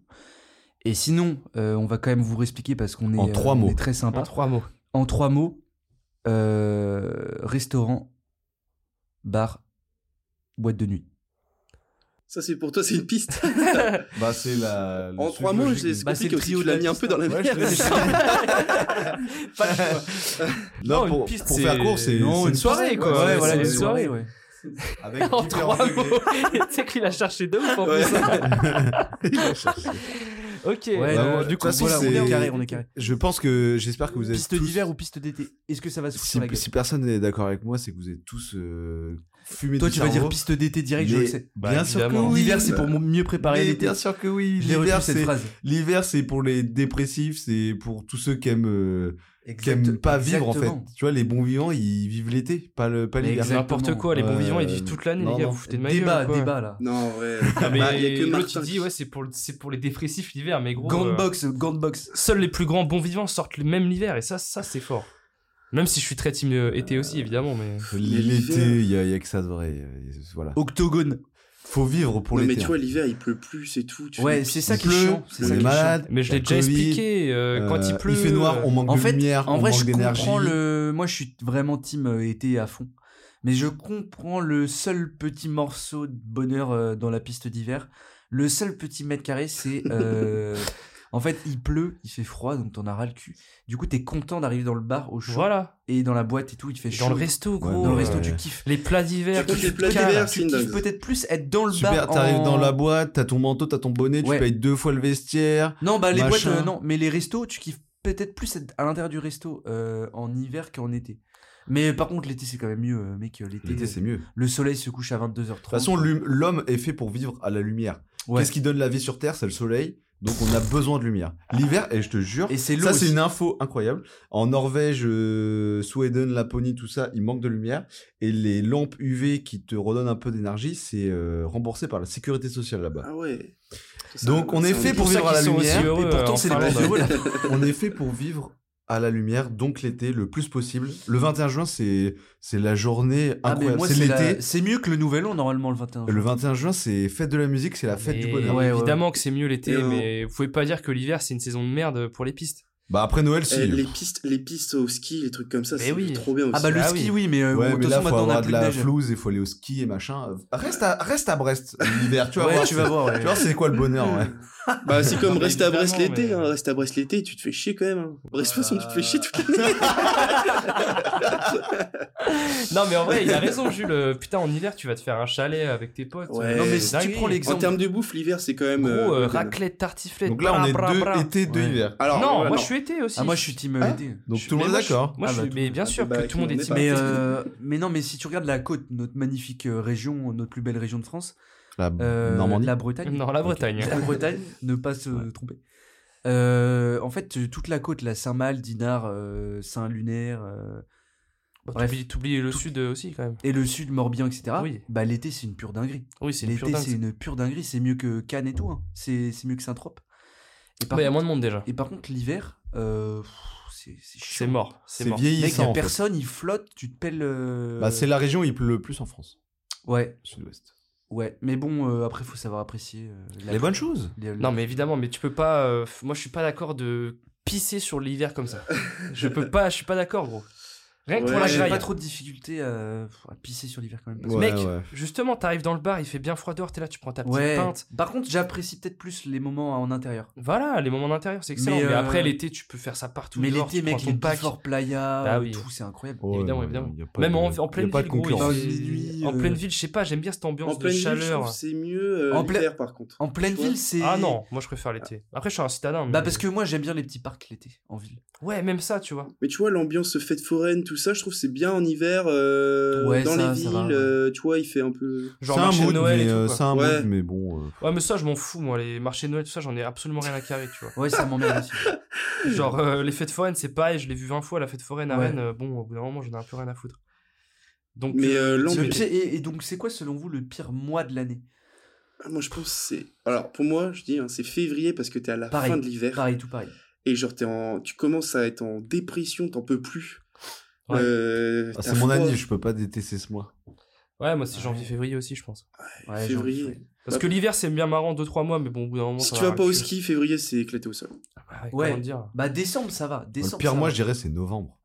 Et sinon, euh, on va quand même vous réexpliquer parce qu'on est, En euh, trois on mots. est très ah. En sympa. trois mots. En trois mots, euh, restaurant, bar, boîte de nuit. Ça, c'est pour toi, c'est une piste. Bah, c'est la. le en truc trois mots, logique c'est de- c'est Bah, c'est compliqué aussi. le trio Tu de la l'as mis un piste, peu dans la Ouais, je merde. l'ai- Pas le choix. Non, Non, pour, une piste, pour c'est- faire court, c'est. non, c'est une soirée, quoi. Ouais, Ouais, voilà, c'est une une soirée. soirée, ouais. Avec en différents trois degrés. mots. tu sais qu'il a cherché deux ou pas Ouais. Il a cherché. Ok. Euh, Ouais, Bah, non, moi, de du toute coup, façon, voilà, on est c'est- carré, on est carré. Je pense que. J'espère que vous êtes. Piste tous- d'hiver ou piste d'été Est-ce que ça va se foutre si, sur la gueule si personne n'est d'accord avec moi, c'est que vous êtes tous euh, fumés Toi, du tu vas dire cerveau. piste d'été direct, je Mais le sais. Bah, bien sûr que évidemment. oui. L'hiver, c'est pour mieux préparer Mais l'été. Bien sûr que oui. Je l'ai retenu L'hiver, cette c'est phrase. l'hiver, c'est pour les dépressifs, c'est pour tous ceux qui aiment, euh, qui aiment pas vivre en fait. Tu vois, les bons vivants, ils vivent l'été, pas le, pas Mais l'hiver. exact. N'importe Exactement. quoi, les bons vivants ils Euh, vivent toute l'année, non, les gars, non. vous foutez de ma Débat, gueule. quoi. débat là. Non, ouais. Ah, mais Bah, il y a que l'autre, Martin il dit, qui- ouais, c'est pour, le- c'est pour les dépressifs l'hiver, mais gros. euh, Gantbox, Gantbox. seuls les plus grands bons vivants sortent le même l'hiver, et ça, ça c'est fort. Même si je suis très team euh, été aussi, évidemment, mais. L'été, il y, a- il y a que ça de vrai. euh, Voilà. Octogone. Faut vivre pour Non, mais l'été. hein. tu vois, l'hiver, il pleut plus, c'est tout. Tu Ouais, fais- c'est ça il qui est pleut, chiant. C'est on ça est qui est chiant. malade. Mais je la l'ai déjà Covid, expliqué, euh, quand euh, il pleut. il fait noir, on manque En de fait, lumière, en on vrai, manque je d'énergie. comprends le. Moi, je suis vraiment team euh, été à fond. Mais je comprends le seul petit morceau de bonheur euh, dans la piste d'hiver. Le seul petit mètre carré, c'est. euh, En fait, il pleut, il fait froid, donc t'en as ras le cul. Du coup, t'es content d'arriver dans le bar au chaud Voilà. et dans la boîte et tout, il fait chaud. Dans le resto, gros. euh, Dans le Ouais. resto, tu kiffes. Les plats d'hiver. Tu kiffes les plats Putain, d'hiver, Tu c'est une kiffes dingue. peut-être plus être dans le Super, bar. t'arrives en- dans la boîte, t'as ton manteau, t'as ton bonnet, Ouais. tu payes deux fois le vestiaire. Non, bah les machin. boîtes, euh, non, mais les restos, tu kiffes peut-être plus être à l'intérieur du resto euh, en hiver qu'en été. Mais euh, par contre, l'été, c'est quand même mieux, euh, mec. euh, L'été, L'été, euh, c'est mieux. De le soleil se couche à 22h30. De toute façon, l'hum- l'homme est fait pour vivre à la lumière. Qu'est-ce qui donne la vie sur Terre C'est le soleil. Donc on a besoin de lumière. L'hiver, et je te jure, Et c'est l'eau. ça c'est aussi. une info incroyable. En Norvège, euh, Suède, Laponie, tout ça, il manque de lumière. Et les lampes UV qui te redonnent un peu d'énergie, c'est euh, remboursé par la sécurité sociale là-bas. Ah ouais. Ça, Donc on ça, est ça, fait on- pour ça vivre à la qu'ils sont aussi lumière. heureux, et pourtant euh, c'est en les plus Finlande. heureux. là. on est fait pour vivre à la lumière, donc l'été le plus possible. Le 21 juin, c'est c'est la journée Ah, mais incroyable. moi, c'est c'est la- l'été. C'est mieux que le nouvel an, normalement, le 21 Le 21 juin, c'est fête de la musique, c'est la fête du Mais bonheur. Ouais, ouais, évidemment que c'est mieux l'été, Et on- mais vous pouvez pas dire que l'hiver c'est une saison de merde pour les pistes. Bah après Noël, si. Eh, les pistes, les pistes au ski, les trucs comme ça, Mais c'est oui. trop bien aussi. Ah, bah le Ah ski, oui, oui. mais euh, Ouais, de toute mais là, façon, faut maintenant, on a avoir plus de de la neige. flouze, il faut aller au ski et machin. Reste à, reste à Brest euh, l'hiver, tu vas Ouais, voir. tu vas voir, ouais. Tu vois, c'est quoi le bonheur, ouais. Bah, c'est Non, comme mais reste à Brest évidemment, l'été, mais- hein. reste à Brest l'été, tu te fais chier quand même. Hein. Brest, de toute façon, tu te fais chier toute l'année. Non, mais en vrai, il a raison, Jules. Euh, Putain, en hiver, tu vas te faire un chalet avec tes potes. Ouais. Euh, Non, mais c'est si tu dinguerie. prends En l'exemple. termes de bouffe, l'hiver, c'est quand même. Gros, euh, euh, Golden. raclette, tartiflette. Donc là, on est bra, deux bra, bra. été, deux Ouais. hiver. Alors, euh, non, voilà. moi je suis été aussi. Ah, moi, je suis team euh, Hein été. Donc tout Mais le monde est moi, je- d'accord. Moi, Ah, je bah, suis- mais bien Ah, sûr bah, que avec tout le monde nous, est on est team. pas. Mais, euh, mais non, mais si tu regardes la côte, notre magnifique euh, région, notre plus belle région de France, La euh, Normandie. la Bretagne. Non, la Ok. Bretagne. La hein. Bretagne, ne pas se tromper. Euh, en fait, euh, toute la côte, la Saint-Mal, Dinard, euh, Saint-Lunaire, euh, Bah, Bref. t'oublies- T'oublies le Tout- sud euh, aussi quand même. et le sud, Morbihan, etc. Oui. Bah, l'été, c'est une pure dinguerie. Oui, c'est les L'été, c'est une pure dinguerie. C'est mieux que Cannes et tout. hein. C'est c'est mieux que Saint-Trope. Et, par Il y a contre- moins de monde déjà. et par contre, l'hiver, euh, pff, c'est c'est C'est chiant. mort. C'est C'est mort. Mec, y a vieillissant. en fait. personne, il flotte, tu te pelles. euh, Bah, c'est la région où il pleut le plus en France, Ouais, sud-ouest. ouais. Mais bon, euh, après, faut savoir apprécier. euh, la- Les bonnes choses. les- Non, mais évidemment, mais tu peux pas. euh, f- moi, je suis pas d'accord de pisser sur l'hiver comme ça. je peux pas, je suis pas d'accord, gros. Rien Ouais. que pour la Moi, j'ai graille. hein. pas trop de difficultés à, à pisser sur l'hiver quand même. parce que- Ouais, Mec, ouais. justement, t'arrives dans le bar, il fait bien froid dehors, t'es là, tu prends ta petite Ouais. pinte. Par contre, j'apprécie peut-être plus les moments en intérieur. Voilà, les moments d'intérieur, c'est excellent. Mais, Mais, euh, après, l'été, tu peux faire ça partout. mais dehors, l'été, tu mec, prends les ton pack. fort playa, euh, Bah oui. tout, c'est incroyable. Ouais, évidemment, ouais, évidemment. y a pas Même de- en- en y a pleine pas de ville, gros, il concurrence. fait- Minuit, En euh, pleine ville, je sais pas, j'aime bien cette ambiance En de pleine ville, je chaleur. trouve que c'est mieux euh, En plein- l'hiver, par contre. En pleine Tu ville, c'est. Ah non, moi je préfère l'été. Après, je suis un citadin. Mais... Bah parce que moi j'aime bien les petits parcs l'été en ville. Ouais, même ça, tu vois. Mais tu vois, l'ambiance fête foraine, tout ça, je trouve que c'est bien en hiver, euh, Ouais, dans ça, les ça villes, va, ouais. euh, tu vois, il fait un peu... Genre C'est un marché de mood, Noël mais, et euh, tout. c'est Quoi. un Ouais. mood, mais bon. euh, Ouais, mais ça, je m'en fous, moi. Les marchés de Noël, tout ça, j'en ai absolument rien à carrer, tu vois. Ouais, ça m'emmerde aussi. Genre, euh, les fêtes foraines, c'est pareil, je l'ai vu 20 fois, la fête foraine à Ouais. Rennes. euh, Bon, au bout d'un moment, j'en ai un peu rien à foutre. Donc, Mais euh, Le l'ambiance... pire- et, et donc c'est quoi selon vous le pire mois de l'année Ah, Moi, je pense que c'est... Alors, pour moi, je dis, hein, c'est février parce que t'es à la Pareil. fin de l'hiver. Pareil, tout pareil. Et genre, t'es en... tu commences à être en dépression, t'en peux plus. Ouais. Euh, ah, t'as c'est mon froid. ami, je peux pas détester ce mois. ouais, moi, c'est janvier-février aussi, je pense. Ouais, Février. j'ai envie, ouais. Parce que l'hiver, c'est bien marrant, 2-3 mois, mais bon, au bout d'un moment. Si t'en tu as vas ras pas le au cul. ski, février, c'est éclaté au sol. Ouais, Ouais. comment dire Bah décembre ça va. Décembre. le pire ça mois, va. je dirais, c'est novembre.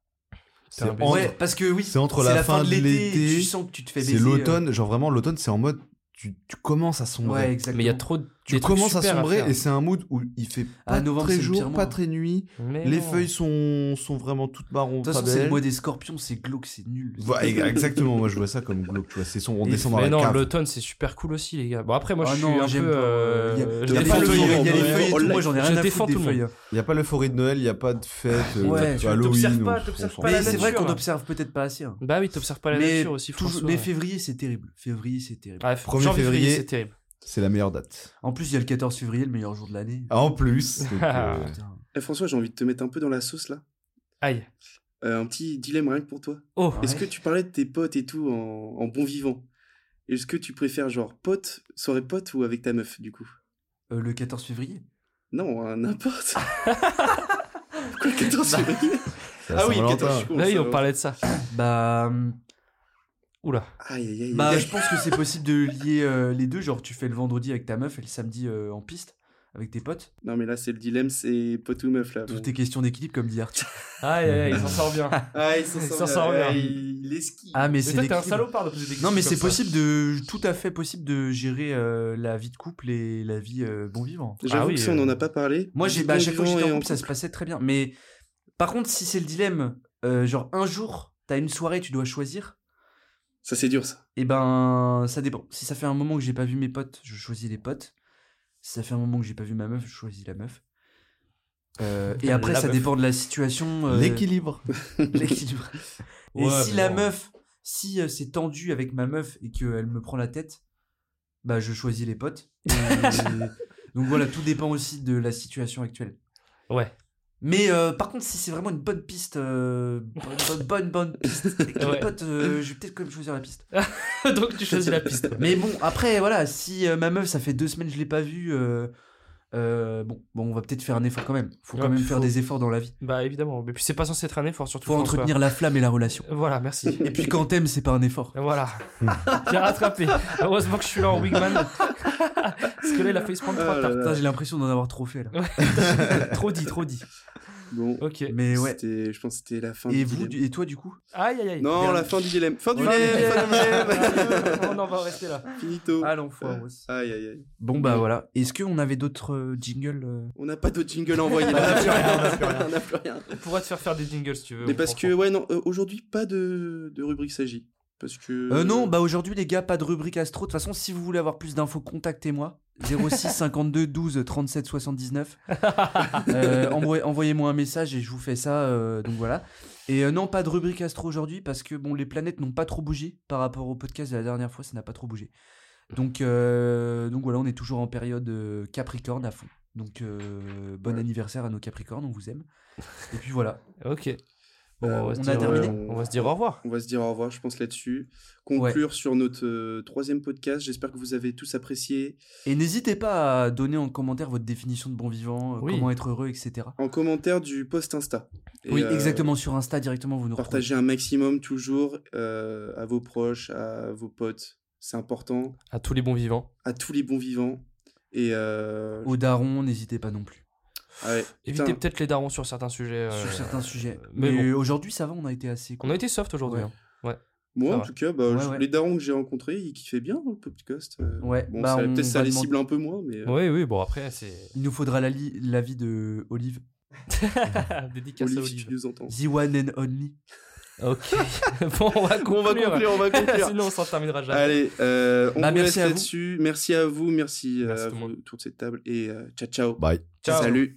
C'est un baiser. entre- Ouais, parce que oui. c'est entre la, fin de l'été, tu sens que tu te fais baiser. c'est l'automne. Genre vraiment, l'automne, c'est en mode tu, tu commences à euh, sombrer. Ouais, exactement. Mais il y a trop de. Tu des trucs commences à super sombrer faire. et c'est un mood où il fait Ah, pas novembre, c'est très le jour, pire mois, pas hein. très nuit. Mais Les non. feuilles sont, sont vraiment toutes marron. De toute pas façon, c'est le belles. mois des scorpions, c'est glauque, c'est nul. Ouais, exactement, moi je vois ça comme glauque, tu vois. C'est son, on Et- descend dans Mais la non, cave. l'automne, c'est super cool aussi, les gars. Bon, après, moi, Ah je suis non, un j'aime peu. pas, euh, il y a- je Il y a J'aime pas pas le le feuille, moment, il y a hein. les ouais. feuilles et tout, Online. moi j'en ai Oh Je rien à défends foutre des tout le monde. feuilles. hein. Il n'y a pas l'euphorie de Noël, il n'y a pas de fête. euh, Ouais, tu Halloween, t'observes pas, on- t'observes on s'en pas la Mais fout. c'est vrai nature. qu'on n'observe peut-être pas assez. hein. Bah oui, t'observes pas la nature aussi, toujours- François. mais ouais. février, c'est terrible. Février, c'est terrible. Bref, 1er janvier, février, février, c'est terrible. C'est la meilleure date. En plus, il y a le 14 février, le meilleur jour de l'année. Ah, En plus. donc, Ah. euh, Putain. Eh, François, j'ai envie de te mettre un peu dans la sauce, là. Aïe. Euh, un petit dilemme rien que pour toi. Oh. Est-ce que tu parlais de tes potes et tout en, en bon vivant Est-ce que tu préfères genre pote, soirée pote ou avec ta meuf du coup Euh, le 14 février Non, hein, n'importe. Pourquoi le 14 février Ah c'est la Saint-Valentin. con, Bah oui, ça on va. parlait de ça. Bah. hum, Oula. Aïe, aïe, aïe. Bah, aïe. je pense que c'est possible de lier euh, les deux. Genre, tu fais le vendredi avec ta meuf et le samedi euh, en piste avec tes potes. Ah, Non, mais là, c'est le dilemme, c'est pote ou meuf là. Tout est question d'équilibre, comme dit Arthur. Aïe, aïe, aïe, il s'en sort bien. Ah, il s'en Il sort, s'en sort bien. bien. Il il esquive. Ah, mais Mais c'est toi, t'es un l'équilibre. salopard de poser des questions Non, mais comme c'est ça. possible de. Tout à fait possible de gérer euh, la vie de couple et la vie euh, bon vivant. J'avoue Ah oui, que ça, on euh. n'en a pas parlé. Moi, j'ai, bah, à chaque fois que Bon j'étais en vivant et couple, ça se passait très bien. Mais par contre, si c'est le dilemme, euh, genre un jour, t'as une soirée, tu dois choisir, Ça, c'est dur ça. et ben ça dépend. Si ça fait un moment que j'ai pas vu mes potes, je choisis les potes. Si ça fait un moment que j'ai pas vu ma meuf, je choisis la meuf. Euh, et après, La ça meuf. dépend de la situation. euh, L'équilibre. l'équilibre. et Ouais, si mais la bon. meuf, si euh, c'est tendu avec ma meuf et qu'elle me prend la tête, bah je choisis les potes. Et- Donc voilà, tout dépend aussi de la situation actuelle. Ouais. Mais euh, par contre, si c'est vraiment une bonne piste, euh, bonne, bonne, bonne, bonne piste, avec les Ouais. potes, euh, je vais peut-être quand même choisir la piste. Donc, tu choisis la piste. Mais bon, après, voilà, si euh, ma meuf, ça fait deux semaines je l'ai pas vue, euh, euh, bon, bon, on va peut-être faire un effort quand même. Faut quand Ouais, même puis faire faut- des efforts dans la vie. Bah, évidemment. Mais puis, c'est pas censé être un effort, surtout. Faut quand on entretenir la flamme et la relation. peut- Voilà, merci. Et puis quand t'aimes, c'est pas un effort. Voilà. J'ai rattrapé. Heureusement que je suis là en Wigman. Parce que là, il a failli se prendre trois Ah là tartes. là. Putain, j'ai l'impression d'en avoir trop fait là. Trop dit, trop dit. Bon, Ok. Mais ouais. c'était- je pense que c'était la fin Et du vous, dilemme. du- et toi du coup Aïe, aïe, aïe. Non, Merde. la fin du dilemme. Fin du Voilà. dilemme, fin du dilemme. On en va en rester là. Finito. Ah l'enfoirose. Aïe, aïe, aïe. Bon bah voilà. Est-ce qu'on avait d'autres euh, jingles euh On n'a pas de jingle envoyé là. on n'a plus rien. Euh, On pourra te faire faire des jingles si tu veux. Mais on parce que, comprend. ouais, non, euh, aujourd'hui, pas de, de rubrique s'agit. Parce que. Euh, Non, bah aujourd'hui les gars, pas de rubrique astro. De toute façon, si vous voulez avoir plus d'infos, contactez-moi. 06 52 12 37 79. Euh, envoie- Envoyez-moi un message et je vous fais ça. euh, donc voilà. Et euh, non, pas de rubrique astro aujourd'hui parce que bon, les planètes n'ont pas trop bougé par rapport au podcast de la dernière fois. Ça n'a pas trop bougé. Donc, euh, donc voilà, on est toujours en période euh, Capricorne à fond. Donc euh, bon anniversaire à nos Capricornes, on vous aime. Et puis voilà. Ok. Bon, Euh, on, va se on dire, a terminé. euh, on va se dire au revoir. On va se dire au revoir, je pense, là-dessus. Conclure sur notre euh, troisième podcast. J'espère que vous avez tous apprécié. Et n'hésitez pas à donner en commentaire votre définition de bon vivant, euh, Oui. comment être heureux, etc. En commentaire du post Insta. Et, oui, euh, exactement, sur Insta directement, vous nous retrouvez. Partagez un maximum, toujours, euh, à vos proches, à vos potes. C'est important. À tous les bons vivants. À tous les bons vivants. Et. euh, Au daron, n'hésitez pas non plus. Ah ouais, putain. Évitez peut-être les darons sur certains sujets. euh, sur certains sujets. mais Mais, aujourd'hui, ça va, on a été assez. On a été soft aujourd'hui. Ouais. hein. Moi, Ça en va. tout cas, bah, Ouais, je- ouais. les darons que j'ai rencontrés, ils kiffaient bien hein, le podcast. euh, Ouais, Bon, bah, ça- on peut-être ça va les demander- cible un peu moins, mais. euh, Oui, hein. oui, bon, après, c'est. Il nous faudra la li- l'avis de Olive. Dédicace Olive, à si tu Olive. nous entends. The one and only. Ok. bon, on va conclure. on va conclure, on va conclure. Sinon, on s'en terminera jamais. Allez, euh, on Bah, vous merci laisse à vous. là-dessus. Merci à vous, merci, euh, Merci à tout le vous monde. autour de cette table et euh, ciao ciao. Bye. Ciao. Salut.